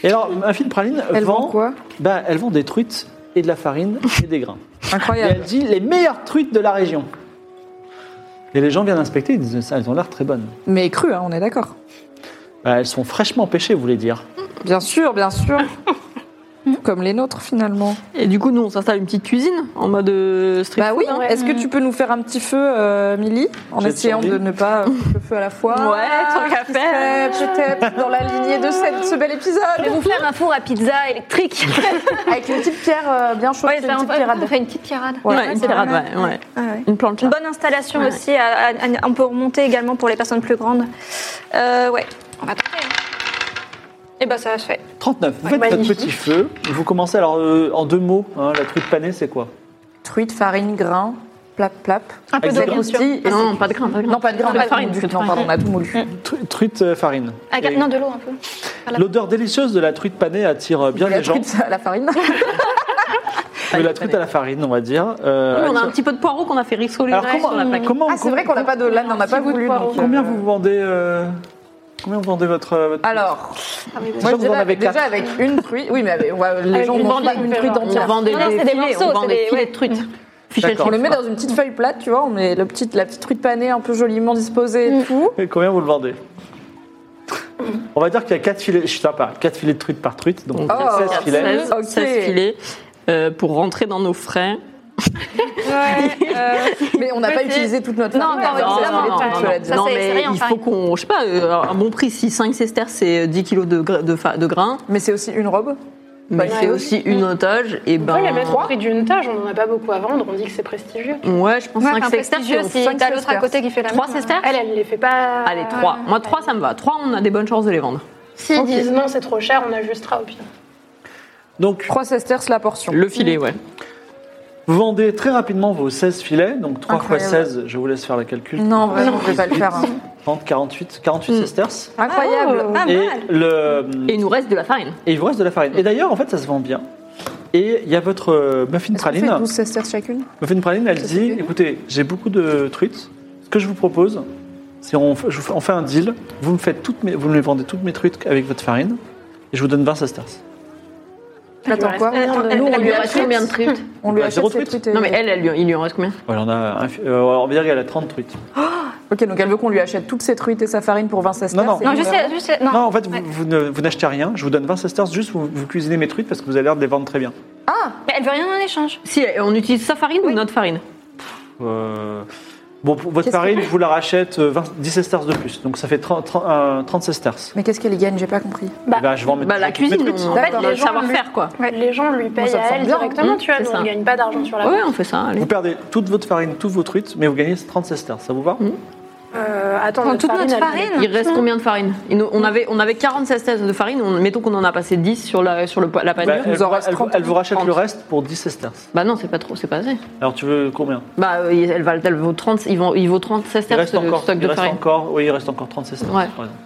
Speaker 2: et alors, Muffin Praline
Speaker 5: Elle vend
Speaker 2: vend,
Speaker 5: quoi
Speaker 2: bah, elle vend des truites et de la farine et des grains. Et
Speaker 5: Incroyable.
Speaker 2: elle dit les meilleures truites de la région. Et les gens viennent inspecter, ils disent elles ont l'air très bonnes.
Speaker 5: Mais cru, hein, on est d'accord.
Speaker 2: Bah, elles sont fraîchement pêchées, vous voulez dire.
Speaker 5: Bien sûr, bien sûr. Comme les nôtres finalement.
Speaker 6: Et du coup, nous, on s'installe une petite cuisine en mode euh, street
Speaker 5: Bah oui,
Speaker 6: food, hein.
Speaker 5: est-ce que tu peux nous faire un petit feu, euh, Milly En
Speaker 2: J'ai
Speaker 5: essayant
Speaker 2: survie.
Speaker 5: de ne pas euh, foutre le feu à la fois.
Speaker 6: Ouais, tant qu'à faire.
Speaker 5: Ouais, Peut-être dans la lignée de cette- ce bel épisode.
Speaker 3: vous faire un four à pizza Ah, électrique.
Speaker 5: Avec une petite pierre euh, bien
Speaker 3: *laughs*
Speaker 5: chaude,
Speaker 3: ouais,
Speaker 5: une
Speaker 3: ça, on
Speaker 5: petite
Speaker 3: peut-
Speaker 5: pirade.
Speaker 3: on fait une petite tirade.
Speaker 6: Ouais,
Speaker 5: Ouais,
Speaker 6: une
Speaker 5: c'est
Speaker 6: pirate,
Speaker 5: vrai.
Speaker 6: ouais, ouais.
Speaker 3: Ah ouais.
Speaker 6: Une plancha.
Speaker 3: Une bonne installation aussi. à- à- à- on peut remonter également pour les personnes plus grandes. Euh, ouais, on va tenter. Et bah ça se fait.
Speaker 2: 39, vous faites votre petit feu, vous commencez, alors euh, en deux mots, hein, la truite panée c'est quoi
Speaker 5: Truite, farine, grain, plap, plap.
Speaker 3: Un peu
Speaker 2: Avec
Speaker 3: d'eau,
Speaker 2: des
Speaker 3: bien sûr.
Speaker 5: Croustille et
Speaker 6: Non, non, pas de grain, pas de grain.
Speaker 5: Non, pas de grain,
Speaker 6: Pas de
Speaker 5: pas de
Speaker 6: farine,
Speaker 5: moulu.
Speaker 6: que de
Speaker 5: Non,
Speaker 6: farine.
Speaker 5: pardon, on a tout moulu.
Speaker 2: Tru- Truite euh, farine.
Speaker 3: Ah,
Speaker 2: Et
Speaker 3: Non, de l'eau un peu.
Speaker 2: L'odeur délicieuse de la truite panée attire euh, bien
Speaker 5: La
Speaker 2: les gens.
Speaker 5: truite à la farine.
Speaker 2: Oui, la truite à la farine, on va dire. Euh,
Speaker 6: Oui, on a un petit peu de poireaux qu'on a fait rissoler
Speaker 2: alors
Speaker 6: sur la
Speaker 2: comment,
Speaker 6: plaque.
Speaker 2: comment,
Speaker 5: Ah, c'est vrai qu'on n'a pas de là, on n'a pas
Speaker 4: petit bout de
Speaker 5: voulu.
Speaker 4: poireau.
Speaker 5: donc, euh,
Speaker 2: combien vous vendez euh, Combien vous vendez votre, euh, votre-
Speaker 5: Alors,
Speaker 2: C'est
Speaker 5: moi,
Speaker 2: sûr que vous en
Speaker 5: déjà,
Speaker 2: avez
Speaker 5: déjà
Speaker 2: quatre.
Speaker 5: avec une truite. Oui, mais avec- on va- les
Speaker 4: Avec
Speaker 5: gens
Speaker 4: une
Speaker 5: vont
Speaker 4: bande
Speaker 5: pas
Speaker 4: de
Speaker 5: une
Speaker 4: coupeurs.
Speaker 5: truite
Speaker 4: On
Speaker 6: On
Speaker 5: entière.
Speaker 6: vend des,
Speaker 3: Non, non, c'est
Speaker 6: des
Speaker 3: des
Speaker 6: filets,
Speaker 3: morceaux,
Speaker 6: on vend
Speaker 3: c'est
Speaker 6: des
Speaker 3: des-
Speaker 6: filets
Speaker 3: ouais.
Speaker 6: de truite. Fichets de
Speaker 2: D'accord.
Speaker 5: On le
Speaker 6: truite,
Speaker 5: met
Speaker 6: quoi.
Speaker 5: dans une petite feuille plate, tu vois, on met le petit, la petite truite panée un peu joliment disposée et tout.
Speaker 2: Et combien vous le vendez On va dire qu'il y a 4 filets, je suis sympa, 4 filets de truite par truite, donc
Speaker 6: Donc,
Speaker 5: Oh,
Speaker 2: 16
Speaker 5: quatre,
Speaker 2: filets.
Speaker 6: 16,
Speaker 5: Ok.
Speaker 6: 16 filets euh, pour rentrer dans nos frais.
Speaker 3: Ouais, euh,
Speaker 5: Mais on n'a pas
Speaker 3: Ouais, c'est-
Speaker 5: utilisé toute notre
Speaker 3: Non,
Speaker 5: farine,
Speaker 3: non, évidemment,
Speaker 5: hein, c'est
Speaker 3: non,
Speaker 5: des
Speaker 3: non,
Speaker 5: trucs,
Speaker 3: non,
Speaker 5: cela dit.
Speaker 3: Ça,
Speaker 6: non,
Speaker 3: c'est- c'est
Speaker 6: mais
Speaker 3: rien,
Speaker 6: il
Speaker 3: ça.
Speaker 6: faut qu'on, je sais pas, euh, un bon prix, si 5 sesterces c'est 10 kilos de, gra- de, fa- de grains,
Speaker 5: Mais c'est aussi une robe.
Speaker 6: mais
Speaker 5: Ouais.
Speaker 6: c'est aussi une otage, et
Speaker 4: On peut les
Speaker 6: ben...
Speaker 4: mettre au prix d'une tâche, on n'en a pas beaucoup à vendre, on dit que c'est prestigieux.
Speaker 6: Ouais, je pense
Speaker 3: ouais,
Speaker 6: 5
Speaker 3: un
Speaker 6: sesterces.
Speaker 3: prestigieux
Speaker 6: c'est-
Speaker 3: si
Speaker 5: cinq
Speaker 3: t'as l'autre à
Speaker 5: sesterces.
Speaker 3: côté qui fait la
Speaker 6: Trois
Speaker 3: même.
Speaker 6: sesterces
Speaker 4: Elle, elle ne les fait pas.
Speaker 6: Allez, 3. Moi, 3, ça me va. 3, on a des bonnes chances de les vendre.
Speaker 4: S'ils
Speaker 5: Ok.
Speaker 4: disent non, c'est trop cher, on ajustera au pire.
Speaker 2: Donc,
Speaker 5: 3 sesterces la portion.
Speaker 6: Le filet, ouais.
Speaker 2: vous vendez très rapidement vos 16 filets, donc 3 x
Speaker 5: Incroyable.
Speaker 2: 16, je vous laisse faire le calcul.
Speaker 5: Non, vraiment, je vais pas le faire. Mm. hein.
Speaker 2: 30, 48, 48 sesterces.
Speaker 5: Incroyable.
Speaker 3: Pas
Speaker 2: Et,
Speaker 3: mal.
Speaker 2: le,
Speaker 6: Et il nous reste de la farine.
Speaker 2: et il vous reste de la farine. Et d'ailleurs, en fait, ça se vend bien. Et il y a votre euh, muffin
Speaker 5: Est-ce qu'on fait
Speaker 2: praline.
Speaker 5: 12 sesterces chacune
Speaker 2: Muffin praline, elle dit écoutez, j'ai beaucoup de truites. Ce que je vous propose, c'est on, f- je vous fais- on fait un deal. Vous me faites toutes mes, vous me vendez toutes mes truites avec votre farine, et je vous donne 20 sesterces.
Speaker 5: Attends, quoi
Speaker 4: Elle- elle-
Speaker 5: Nous, on
Speaker 4: elle
Speaker 5: lui
Speaker 4: lui
Speaker 5: achète-
Speaker 4: reste combien de truites
Speaker 5: On lui
Speaker 2: Bah,
Speaker 5: achète
Speaker 2: zéro
Speaker 5: ses
Speaker 2: truite.
Speaker 5: truites. et-
Speaker 6: Non, mais elle, elle lui- il lui en reste combien
Speaker 2: Voilà, on, a un fi- euh, on va dire qu'elle a 30 truites.
Speaker 5: Ok, donc elle veut qu'on lui achète toutes ses truites et sa farine pour 20 sesterces.
Speaker 2: Non, non.
Speaker 5: et euh,
Speaker 3: Non,
Speaker 5: on
Speaker 3: juste,
Speaker 5: verra.
Speaker 3: les- juste les- non.
Speaker 2: Non, en fait, vous-
Speaker 3: Ouais.
Speaker 2: vous, ne- vous n'achetez rien. Je vous donne 20 sesterces, juste vous, vous cuisinez mes truites parce que vous avez l'air de les vendre très bien.
Speaker 3: Mais elle veut rien en échange.
Speaker 6: Si, on utilise sa farine ou notre farine
Speaker 2: Euh, bon, pour votre
Speaker 5: Qu'est-ce
Speaker 2: farine, je vous la rachète euh, 20 10 sesterces de plus. Donc ça fait 30, 30, euh, 30 sesterces.
Speaker 5: Mais qu'est-ce qu'elle gagne J'ai pas compris.
Speaker 4: Bah,
Speaker 2: Eh ben, je vais en mettre
Speaker 6: Bah, la
Speaker 2: toutes mes
Speaker 6: cuisine,
Speaker 2: truites.
Speaker 6: on- en fait,
Speaker 5: D'accord,
Speaker 6: le
Speaker 4: les gens
Speaker 6: savoir-faire, quoi.
Speaker 4: Les gens lui payent
Speaker 5: ça me
Speaker 4: à elle
Speaker 5: semble bien. hein.
Speaker 4: directement,
Speaker 6: Mmh,
Speaker 4: tu vois,
Speaker 6: c'est
Speaker 4: nous on
Speaker 6: ça.
Speaker 4: ne gagne pas d'argent sur la
Speaker 6: Ouais, on fait ça, allez.
Speaker 2: Vous perdez toute votre farine, toutes vos truites, mais vous gagnez 30 sesterces. Ça vous va
Speaker 6: Mmh.
Speaker 5: Bah,
Speaker 4: Euh, attends,
Speaker 3: Prends toute notre
Speaker 4: elle-
Speaker 3: farine.
Speaker 6: Il reste combien de farine Il nous- on, avait, on avait 46 tasses de farine, on- mettons qu'on en a passé 10 sur la, sur le, pa- la
Speaker 2: Bah,
Speaker 6: panure.
Speaker 2: elle,
Speaker 5: nous en
Speaker 2: vous-
Speaker 5: reste
Speaker 2: elle vous-
Speaker 5: 30,
Speaker 2: elle vous rachète
Speaker 6: 30.
Speaker 2: le reste pour 10 sesterces.
Speaker 6: Bah non, c'est pas trop, c'est pas assez.
Speaker 2: Alors tu veux combien
Speaker 6: Bah euh, elle, va, elle vaut 30, il vaut, il vaut 30
Speaker 2: Il
Speaker 6: sesterces
Speaker 2: reste
Speaker 6: le
Speaker 2: encore,
Speaker 6: stock
Speaker 2: il
Speaker 6: de
Speaker 2: reste
Speaker 6: farine.
Speaker 2: encore, oui, il reste encore 30 sesterces.
Speaker 6: Ouais.
Speaker 2: par exemple.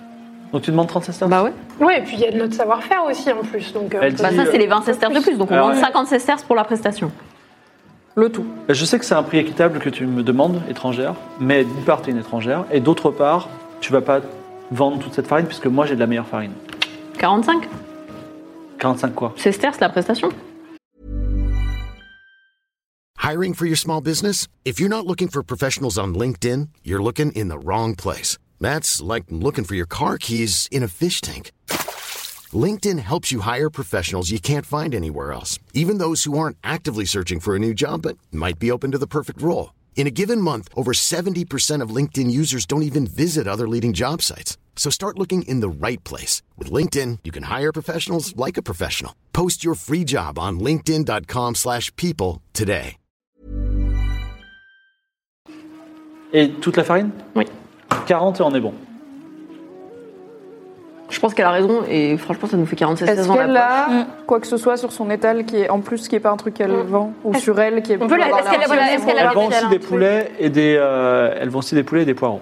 Speaker 2: Donc tu demandes 30 sesterces.
Speaker 6: Bah ouais.
Speaker 4: Ouais, et puis il y a de notre savoir-faire aussi en plus. Donc, euh,
Speaker 2: Elle dit-
Speaker 6: Bah ça, c'est les 20 sesterces de plus, donc on
Speaker 2: Alors,
Speaker 6: vend
Speaker 2: ouais.
Speaker 6: 50 sesterces pour la prestation.
Speaker 5: Le tout.
Speaker 2: Je sais que c'est un prix équitable que tu me demandes, étrangère, mais d'une part, tu es une étrangère, et d'autre part, tu vas pas vendre toute cette farine, puisque moi, j'ai de la meilleure farine.
Speaker 6: 45
Speaker 2: 45 quoi
Speaker 6: sesterces la prestation.
Speaker 7: Hiring for your small business? If you're not looking for professionals on LinkedIn, you're looking in the wrong place. That's like looking for your car keys in a fish tank. LinkedIn helps you hire professionals you can't find anywhere else, even those who aren't actively searching for a new job but might be open to the perfect role. In a given month, over 70% of LinkedIn users don't even visit other leading job sites. So start looking in the right place. With LinkedIn, you can hire professionals like a professional. Post your free job on linkedin.com/people slash people today.
Speaker 2: Et toute la farine
Speaker 6: Oui.
Speaker 2: 40 et on est bon.
Speaker 6: Je pense qu'elle a raison et franchement, ça nous fait 47
Speaker 5: Est-ce
Speaker 6: 16 ans.
Speaker 5: qu'elle
Speaker 6: la
Speaker 5: a
Speaker 3: Mm.
Speaker 5: quoi que ce soit sur son étal qui est en plus qui est pas un truc qu'elle
Speaker 4: Mm.
Speaker 5: vend ou
Speaker 4: Est-ce-
Speaker 5: sur elle qui est
Speaker 4: On peut la-
Speaker 5: avoir
Speaker 3: est-ce qu'elle-
Speaker 5: l'air-
Speaker 3: voilà, est-ce qu'elle a-
Speaker 2: Elles
Speaker 3: Alors,
Speaker 2: vont
Speaker 3: elle
Speaker 2: aussi
Speaker 3: un
Speaker 2: des
Speaker 3: truc.
Speaker 2: poulets et des. euh, elles vont aussi des poulets et des poireaux.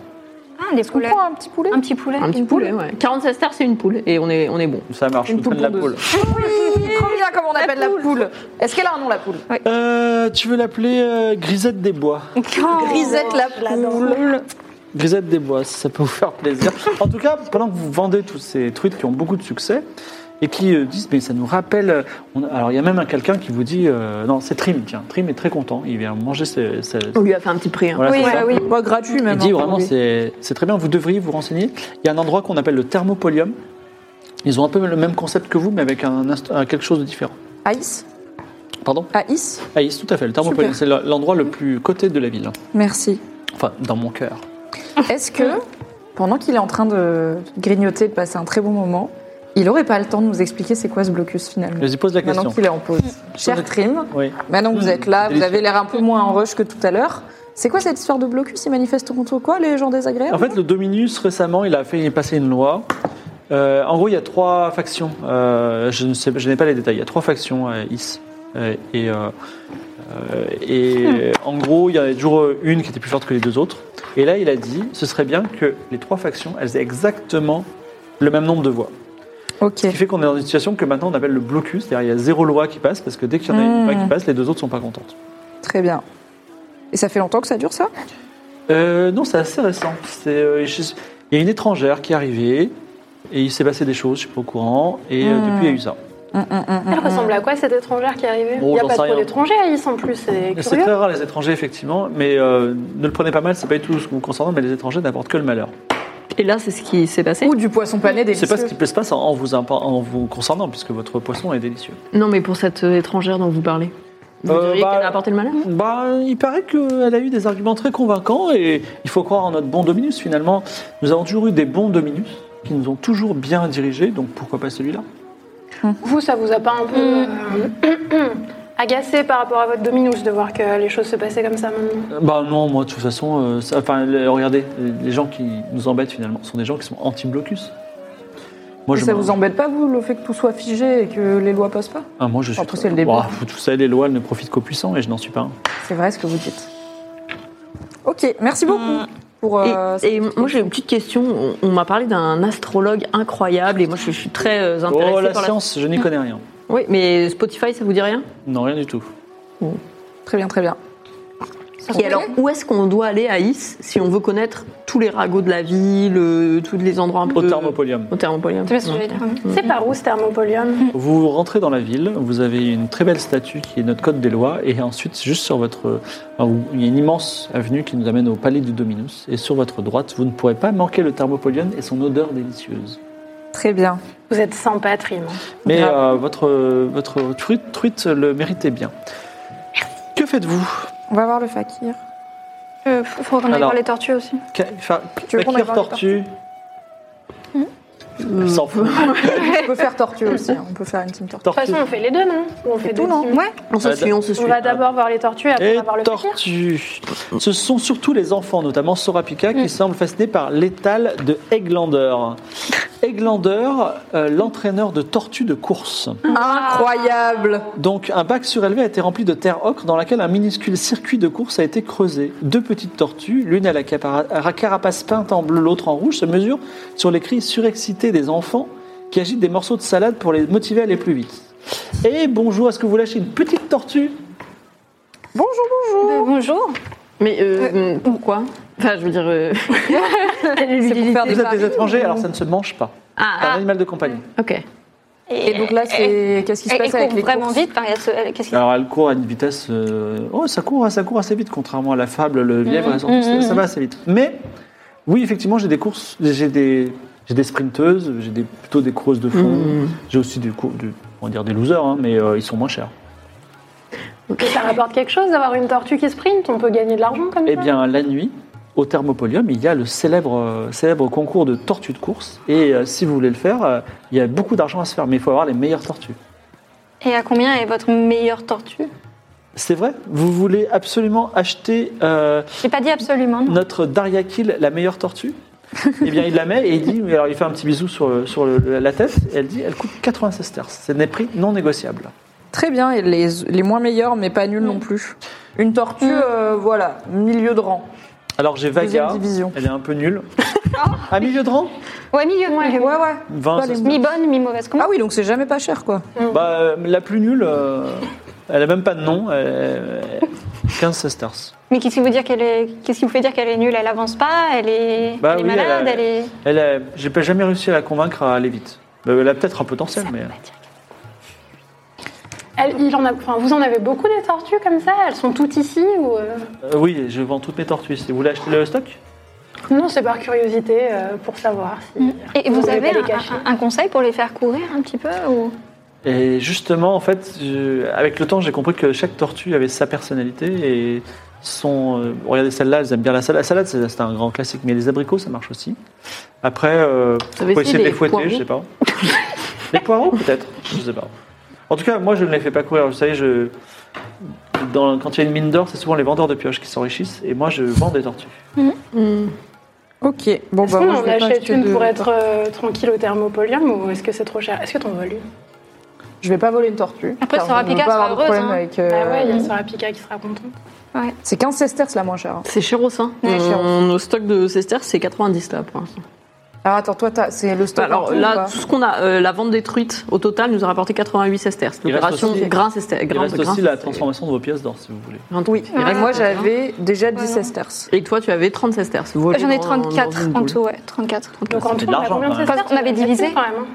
Speaker 3: Ah, des
Speaker 5: Est-ce qu'on
Speaker 3: poulets.
Speaker 5: prend un petit poulet
Speaker 3: Un petit poulet.
Speaker 6: poule. Un petit
Speaker 3: Une
Speaker 6: poulet, ouais. 46 stars, c'est une poule et on est, on est bon.
Speaker 2: Ça marche,
Speaker 5: Une
Speaker 2: je vous donne la
Speaker 5: poule
Speaker 2: poule.
Speaker 5: Oui, Trop bien comme on appelle la
Speaker 3: poule.
Speaker 5: poule. Est-ce qu'elle a un nom la poule
Speaker 2: Euh, tu veux l'appeler euh, Grisette des Bois.
Speaker 3: Oh.
Speaker 5: Grisette la poule.
Speaker 2: Grisette des Bois, si ça peut vous faire plaisir. En tout cas, pendant que vous vendez tous ces truites qui ont beaucoup de succès et qui euh, disent, mais ça nous rappelle. euh, on a- alors, il y a même un quelqu'un qui vous dit, euh, non, c'est Trim, tiens. Trim est très content, il vient manger ses. ses-
Speaker 6: On lui a fait un petit prix. hein.
Speaker 2: voilà,
Speaker 3: Oui,
Speaker 2: c'est ça.
Speaker 3: bah oui.
Speaker 5: Moi gratuit
Speaker 2: Il
Speaker 5: même.
Speaker 2: dit
Speaker 5: hein,
Speaker 2: vraiment,
Speaker 5: pour lui.
Speaker 2: c'est c'est très bien, vous devriez vous renseigner. Il y a un endroit qu'on appelle le Thermopolium. Ils ont un peu le même concept que vous, mais avec un, inst- un quelque chose de différent.
Speaker 5: Aïs
Speaker 2: Pardon
Speaker 5: Aïs
Speaker 2: Aïs, tout à fait, le Thermopolium,
Speaker 5: Super.
Speaker 2: c'est le- l'endroit le plus coté de la ville.
Speaker 5: Merci.
Speaker 2: Enfin, dans mon cœur.
Speaker 5: Est-ce que, pendant qu'il est en train de grignoter, de passer un très bon moment, il aurait pas le temps de nous expliquer c'est quoi ce blocus finalement
Speaker 2: Je lui pose la
Speaker 5: Maintenant
Speaker 2: question.
Speaker 5: qu'il est en pause. Cher Trim,
Speaker 2: Oui.
Speaker 5: maintenant que vous êtes là, vous
Speaker 2: Délicieux.
Speaker 5: avez l'air un peu moins en rush que tout à l'heure. C'est quoi cette histoire de blocus Ils manifestent contre quoi les gens désagréables
Speaker 2: En fait, le Dominus, récemment, il a fait passer une loi. Euh, en gros, il y a trois factions. Euh, je ne sais, je n'ai pas les détails. Il y a trois factions euh, IS. Euh, et euh, euh, et en gros, il y en a toujours euh, une qui était plus forte que les deux autres. Et là, il a dit, ce serait bien que les trois factions, elles aient exactement le même nombre de voix.
Speaker 5: Ok.
Speaker 2: Ce qui fait qu'on est dans une situation que maintenant on appelle le blocus, c'est-à-dire il y a zéro loi qui passe, parce que dès qu'il y en a une
Speaker 5: Mm.
Speaker 2: loi qui passe, les deux autres sont pas contentes.
Speaker 5: Très bien. Et ça fait longtemps que ça dure ça
Speaker 2: Euh, non, c'est assez récent. C'est, euh, je- Il y a une étrangère qui est arrivée et il s'est passé des choses, je suis pas au courant, et euh,
Speaker 5: Mm.
Speaker 2: depuis il y a eu ça. mmh,
Speaker 4: Elle ressemble à quoi cette étrangère qui est arrivée
Speaker 2: Oh,
Speaker 4: Il n'y a
Speaker 2: j'en
Speaker 4: pas
Speaker 2: sais
Speaker 4: trop
Speaker 2: rien.
Speaker 4: d'étrangers à Nice en plus, c'est
Speaker 2: C'est
Speaker 4: curieux.
Speaker 2: très rare les étrangers effectivement, mais euh, ne le prenez pas mal, c'est pas du tout ce que vous concernant, mais les étrangers n'apportent que le malheur.
Speaker 6: Et là, c'est ce qui s'est passé.
Speaker 5: Ou du poisson pané délicieux
Speaker 2: C'est pas ce qui se passe en- en vous, impa- en vous concernant, puisque votre poisson est délicieux.
Speaker 6: Non, mais pour cette euh, étrangère dont vous parlez, vous
Speaker 2: Euh,
Speaker 6: diriez
Speaker 2: bah,
Speaker 6: qu'elle a apporté le malheur
Speaker 2: Bah, il paraît qu'elle a eu des arguments très convaincants et il faut croire en notre bon Dominus finalement. Nous avons toujours eu des bons Dominus qui nous ont toujours bien dirigés, donc pourquoi pas celui-là
Speaker 4: Vous, ça vous a pas un peu
Speaker 3: Mm.
Speaker 4: euh, *clears throat* agacé par rapport à votre dominus de voir que les choses se passaient comme ça maintenant
Speaker 2: Euh, Bah non, moi de toute façon, euh, ça- enfin le- regardez, les gens qui nous embêtent finalement sont des gens qui sont anti-blocus. Moi,
Speaker 5: Et ça
Speaker 2: m'en-
Speaker 5: vous embête pas, vous, le fait que tout soit figé et que les lois passent pas
Speaker 2: Ah, moi je suis.
Speaker 5: Après, c'est le débat.
Speaker 2: Ouah, vous- tout ça, les lois elles ne profitent qu'aux puissants et je n'en suis pas un.
Speaker 5: C'est vrai ce que vous dites. Ok, merci beaucoup
Speaker 2: bah,
Speaker 5: pour.
Speaker 6: Et-
Speaker 5: euh,
Speaker 6: et, moi j'ai une petite question. On, on m'a parlé d'un astrologue incroyable et moi je, je suis très euh, intéressée
Speaker 2: Oh la
Speaker 6: par
Speaker 2: science, je n'y connais rien.
Speaker 6: la. Oui, mais Spotify ça vous dit rien
Speaker 2: Non, rien du tout.
Speaker 5: Très bien, très bien.
Speaker 6: Et alors où est-ce qu'on doit aller à Is si on veut connaître tous les ragots de la ville, euh, tous les endroits un peu.
Speaker 2: Au Thermopolium.
Speaker 6: Au Thermopolium.
Speaker 3: Tu vois ce que je veux dire
Speaker 2: Mm.
Speaker 4: C'est par où ce
Speaker 3: Mm.
Speaker 4: thermopolium
Speaker 2: Vous rentrez dans la ville, vous avez une très belle statue qui est notre code des lois, et ensuite, juste sur votre. enfin, vous- Il y a une immense avenue qui nous amène au palais du Dominus, et sur votre droite, vous ne pourrez pas manquer le Thermopolion et son odeur délicieuse.
Speaker 5: Très bien.
Speaker 4: Vous êtes sympa, Trim.
Speaker 2: Mais
Speaker 5: Grave.
Speaker 2: euh, votre, votre truite, truite le méritait bien. Que faites-vous
Speaker 5: On va voir le fakir.
Speaker 3: Euh, faut qu'on aille
Speaker 2: Alors.
Speaker 3: voir les tortues aussi.
Speaker 2: Ca- enfin,
Speaker 5: Tu veux qu'on aille
Speaker 2: Fakir
Speaker 5: voir les Hmm?
Speaker 2: Tortue Elle s'en fout.
Speaker 5: On peut faire tortue aussi, hein, on peut faire une team
Speaker 2: *laughs*
Speaker 5: tortue.
Speaker 4: De toute
Speaker 2: Tortue.
Speaker 4: façon, on fait les deux, non Ou On fait
Speaker 5: C'est tout,
Speaker 4: deux
Speaker 5: non
Speaker 4: teams
Speaker 5: Ouais.
Speaker 6: On se
Speaker 2: Ah,
Speaker 6: suit, on se suit.
Speaker 4: On va d'abord voir les tortues, après on
Speaker 2: Et
Speaker 4: va voir le fakir.
Speaker 2: tortues. Ce sont surtout les enfants, notamment Sorapika,
Speaker 5: Hmm.
Speaker 2: qui semblent fascinés par l'étal de Eglander. Eglander, euh, l'entraîneur de tortues de course.
Speaker 5: Incroyable
Speaker 2: Donc, un bac surélevé a été rempli de terre ocre dans laquelle un minuscule circuit de course a été creusé. Deux petites tortues, l'une à la capara- à la carapace peinte en bleu, l'autre en rouge, se mesurent sur les cris surexcités des enfants qui agitent des morceaux de salade pour les motiver à aller plus vite. Et bonjour, est-ce que vous lâchez une petite tortue
Speaker 5: Bonjour, bonjour
Speaker 3: Bah, bonjour.
Speaker 6: Mais euh, pourquoi Enfin, je veux dire. euh, *laughs*
Speaker 5: C'est pour faire des
Speaker 2: Ah, Vous êtes
Speaker 5: paris
Speaker 2: des étrangers,
Speaker 5: ou-
Speaker 2: alors ça ne se mange pas. C'est un
Speaker 6: Eh ben, Ah, ah,
Speaker 2: animal de compagnie.
Speaker 6: ok.
Speaker 5: Et donc là, c'est. Qu'est-ce qui se
Speaker 3: Elle
Speaker 5: passe
Speaker 3: court
Speaker 5: avec les
Speaker 3: vraiment
Speaker 5: courses
Speaker 3: vite. Enfin, il y a ce- elle- Qu'est-ce qu'il
Speaker 2: Alors elle court à une vitesse... euh, Oh, ça court, hein, ça court assez vite, contrairement à la fable, le lièvre, elles sont-
Speaker 3: mmh,
Speaker 2: ça-
Speaker 3: mmh.
Speaker 2: ça va assez vite. Mais oui, effectivement, j'ai des courses, j'ai des, j'ai des sprinteuses, j'ai des, plutôt des courses de fond,
Speaker 6: Mmh.
Speaker 2: j'ai aussi du, cou- du- on va dire des losers, hein, mais euh, ils sont moins chers.
Speaker 4: Mais ça rapporte quelque chose d'avoir une tortue qui sprint On peut gagner de l'argent comme
Speaker 2: Eh
Speaker 4: ça
Speaker 2: bien, la nuit, au Thermopolium, il y a le célèbre, euh, célèbre concours de tortues de course. Et euh, si vous voulez le faire, euh, il y a beaucoup d'argent à se faire, mais il faut avoir les meilleures tortues.
Speaker 3: Et à combien est votre meilleure tortue
Speaker 2: C'est vrai Vous voulez absolument acheter euh,
Speaker 3: J'ai pas dit absolument. non.
Speaker 2: notre Daria Kill, la meilleure tortue Eh bien, il la met et il dit, alors il fait un petit bisou sur, le- sur le- la tête, et elle dit, elle coûte 96 terces. C'est des prix non négociables.
Speaker 5: Très bien, et les, les moins meilleurs, mais pas nuls non plus. Une tortue, euh, voilà, milieu de rang.
Speaker 2: Alors j'ai
Speaker 5: Deuxième
Speaker 2: Vaga,
Speaker 5: division.
Speaker 2: elle est un peu nulle. Ah, à milieu de rang
Speaker 3: Ouais, milieu de moi.
Speaker 5: Ouais, ouais.
Speaker 2: 20,
Speaker 5: Pas les
Speaker 2: ça se-
Speaker 3: Mi-bonne, mi-mauvaise. Comment
Speaker 5: Ah oui, donc c'est jamais pas cher, quoi.
Speaker 2: Bah, euh, la plus nulle, euh, elle a même pas de nom. euh, 15 sesterces.
Speaker 3: Mais qu'est-ce qui vous, dire qu'elle est... qu'est-ce qui vous fait dire qu'elle est nulle Elle avance pas, elle est,
Speaker 2: Bah
Speaker 3: elle est
Speaker 2: oui, elle a-
Speaker 3: malade, elle, est.
Speaker 2: Elle, a- j'ai pas jamais réussi à la convaincre à aller vite. Bah, elle a peut-être un potentiel, mais
Speaker 4: Elle- il en a, enfin, vous en avez beaucoup des tortues comme ça Elles sont toutes ici ou euh
Speaker 2: Euh, oui, je vends toutes mes tortues. Si vous voulez acheter le stock,
Speaker 4: Non, c'est par curiosité euh, pour savoir si.
Speaker 5: Mm.
Speaker 3: Et
Speaker 4: Vous
Speaker 3: vous
Speaker 4: voulez
Speaker 3: avez
Speaker 4: pas les
Speaker 3: un,
Speaker 4: cacher.
Speaker 3: un- un conseil pour les faire courir un petit peu ou...
Speaker 2: et justement, en fait, je- avec le temps, j'ai compris que chaque tortue avait sa personnalité et son. euh, regardez celle-là, elles aiment bien la salade. La salade, c'est, c'est un grand classique, mais les abricots, ça marche aussi. Après, euh,
Speaker 6: Ça va
Speaker 2: faut
Speaker 6: essayer
Speaker 2: essayer de les
Speaker 6: les
Speaker 2: fouetter,
Speaker 6: poireaux.
Speaker 2: je sais pas. *laughs* les poireaux, peut-être, je sais pas. En tout cas, moi, je ne les fais pas courir. Vous savez, je... Dans- quand il y a une mine d'or, c'est souvent les vendeurs de pioches qui s'enrichissent, et moi, je vends des tortues.
Speaker 6: Mm,
Speaker 5: Ok, bon,
Speaker 4: Est-ce
Speaker 5: bah,
Speaker 4: qu'on
Speaker 5: moi,
Speaker 4: en
Speaker 5: je vais pas
Speaker 4: achète
Speaker 5: acheter
Speaker 4: une
Speaker 5: de-
Speaker 4: pour être euh, tranquille au thermopolium ou est-ce que c'est trop cher Est-ce que t'en voles une
Speaker 5: Je vais pas voler une tortue.
Speaker 3: Après,
Speaker 5: car
Speaker 3: Sarah
Speaker 5: je veux
Speaker 3: Pika
Speaker 5: pas
Speaker 3: sera
Speaker 5: avoir de problème
Speaker 3: heureuse, hein.
Speaker 5: avec, euh,
Speaker 4: Ah ouais, il y a Sarah Pika qui sera contente.
Speaker 2: Bah,
Speaker 5: C'est 15 sesterces la moins chère. hein.
Speaker 6: C'est cher au sein.
Speaker 5: Ouais, cher au sein.
Speaker 6: Nos stocks de Cester, c'est 90 là pour l'instant.
Speaker 5: Alors Ah, attends, toi, t'as- c'est le stock. en
Speaker 6: Alors
Speaker 5: tout, ou
Speaker 6: là,
Speaker 5: pas
Speaker 6: tout ce qu'on a, euh, la vente des truites au total nous a rapporté 88 Cester.
Speaker 2: Il reste
Speaker 6: L'opération
Speaker 2: aussi-
Speaker 6: grain Cester.
Speaker 2: Il reste aussi la transformation de vos pièces d'or, si vous voulez.
Speaker 5: Oui,
Speaker 6: Il
Speaker 5: et
Speaker 6: reste-
Speaker 5: moi j'avais déjà 10
Speaker 3: non.
Speaker 5: sesterces.
Speaker 6: Et toi, tu avais 30 Cester.
Speaker 3: J'en ai 34 en tout, ouais, 34.
Speaker 4: Donc en
Speaker 2: fait
Speaker 4: tout,
Speaker 2: de
Speaker 4: on a
Speaker 2: l'argent, hein.
Speaker 4: combien de
Speaker 2: quand même.
Speaker 4: sesterces
Speaker 3: Parce qu'on avait divisé.
Speaker 4: Quand même. hein.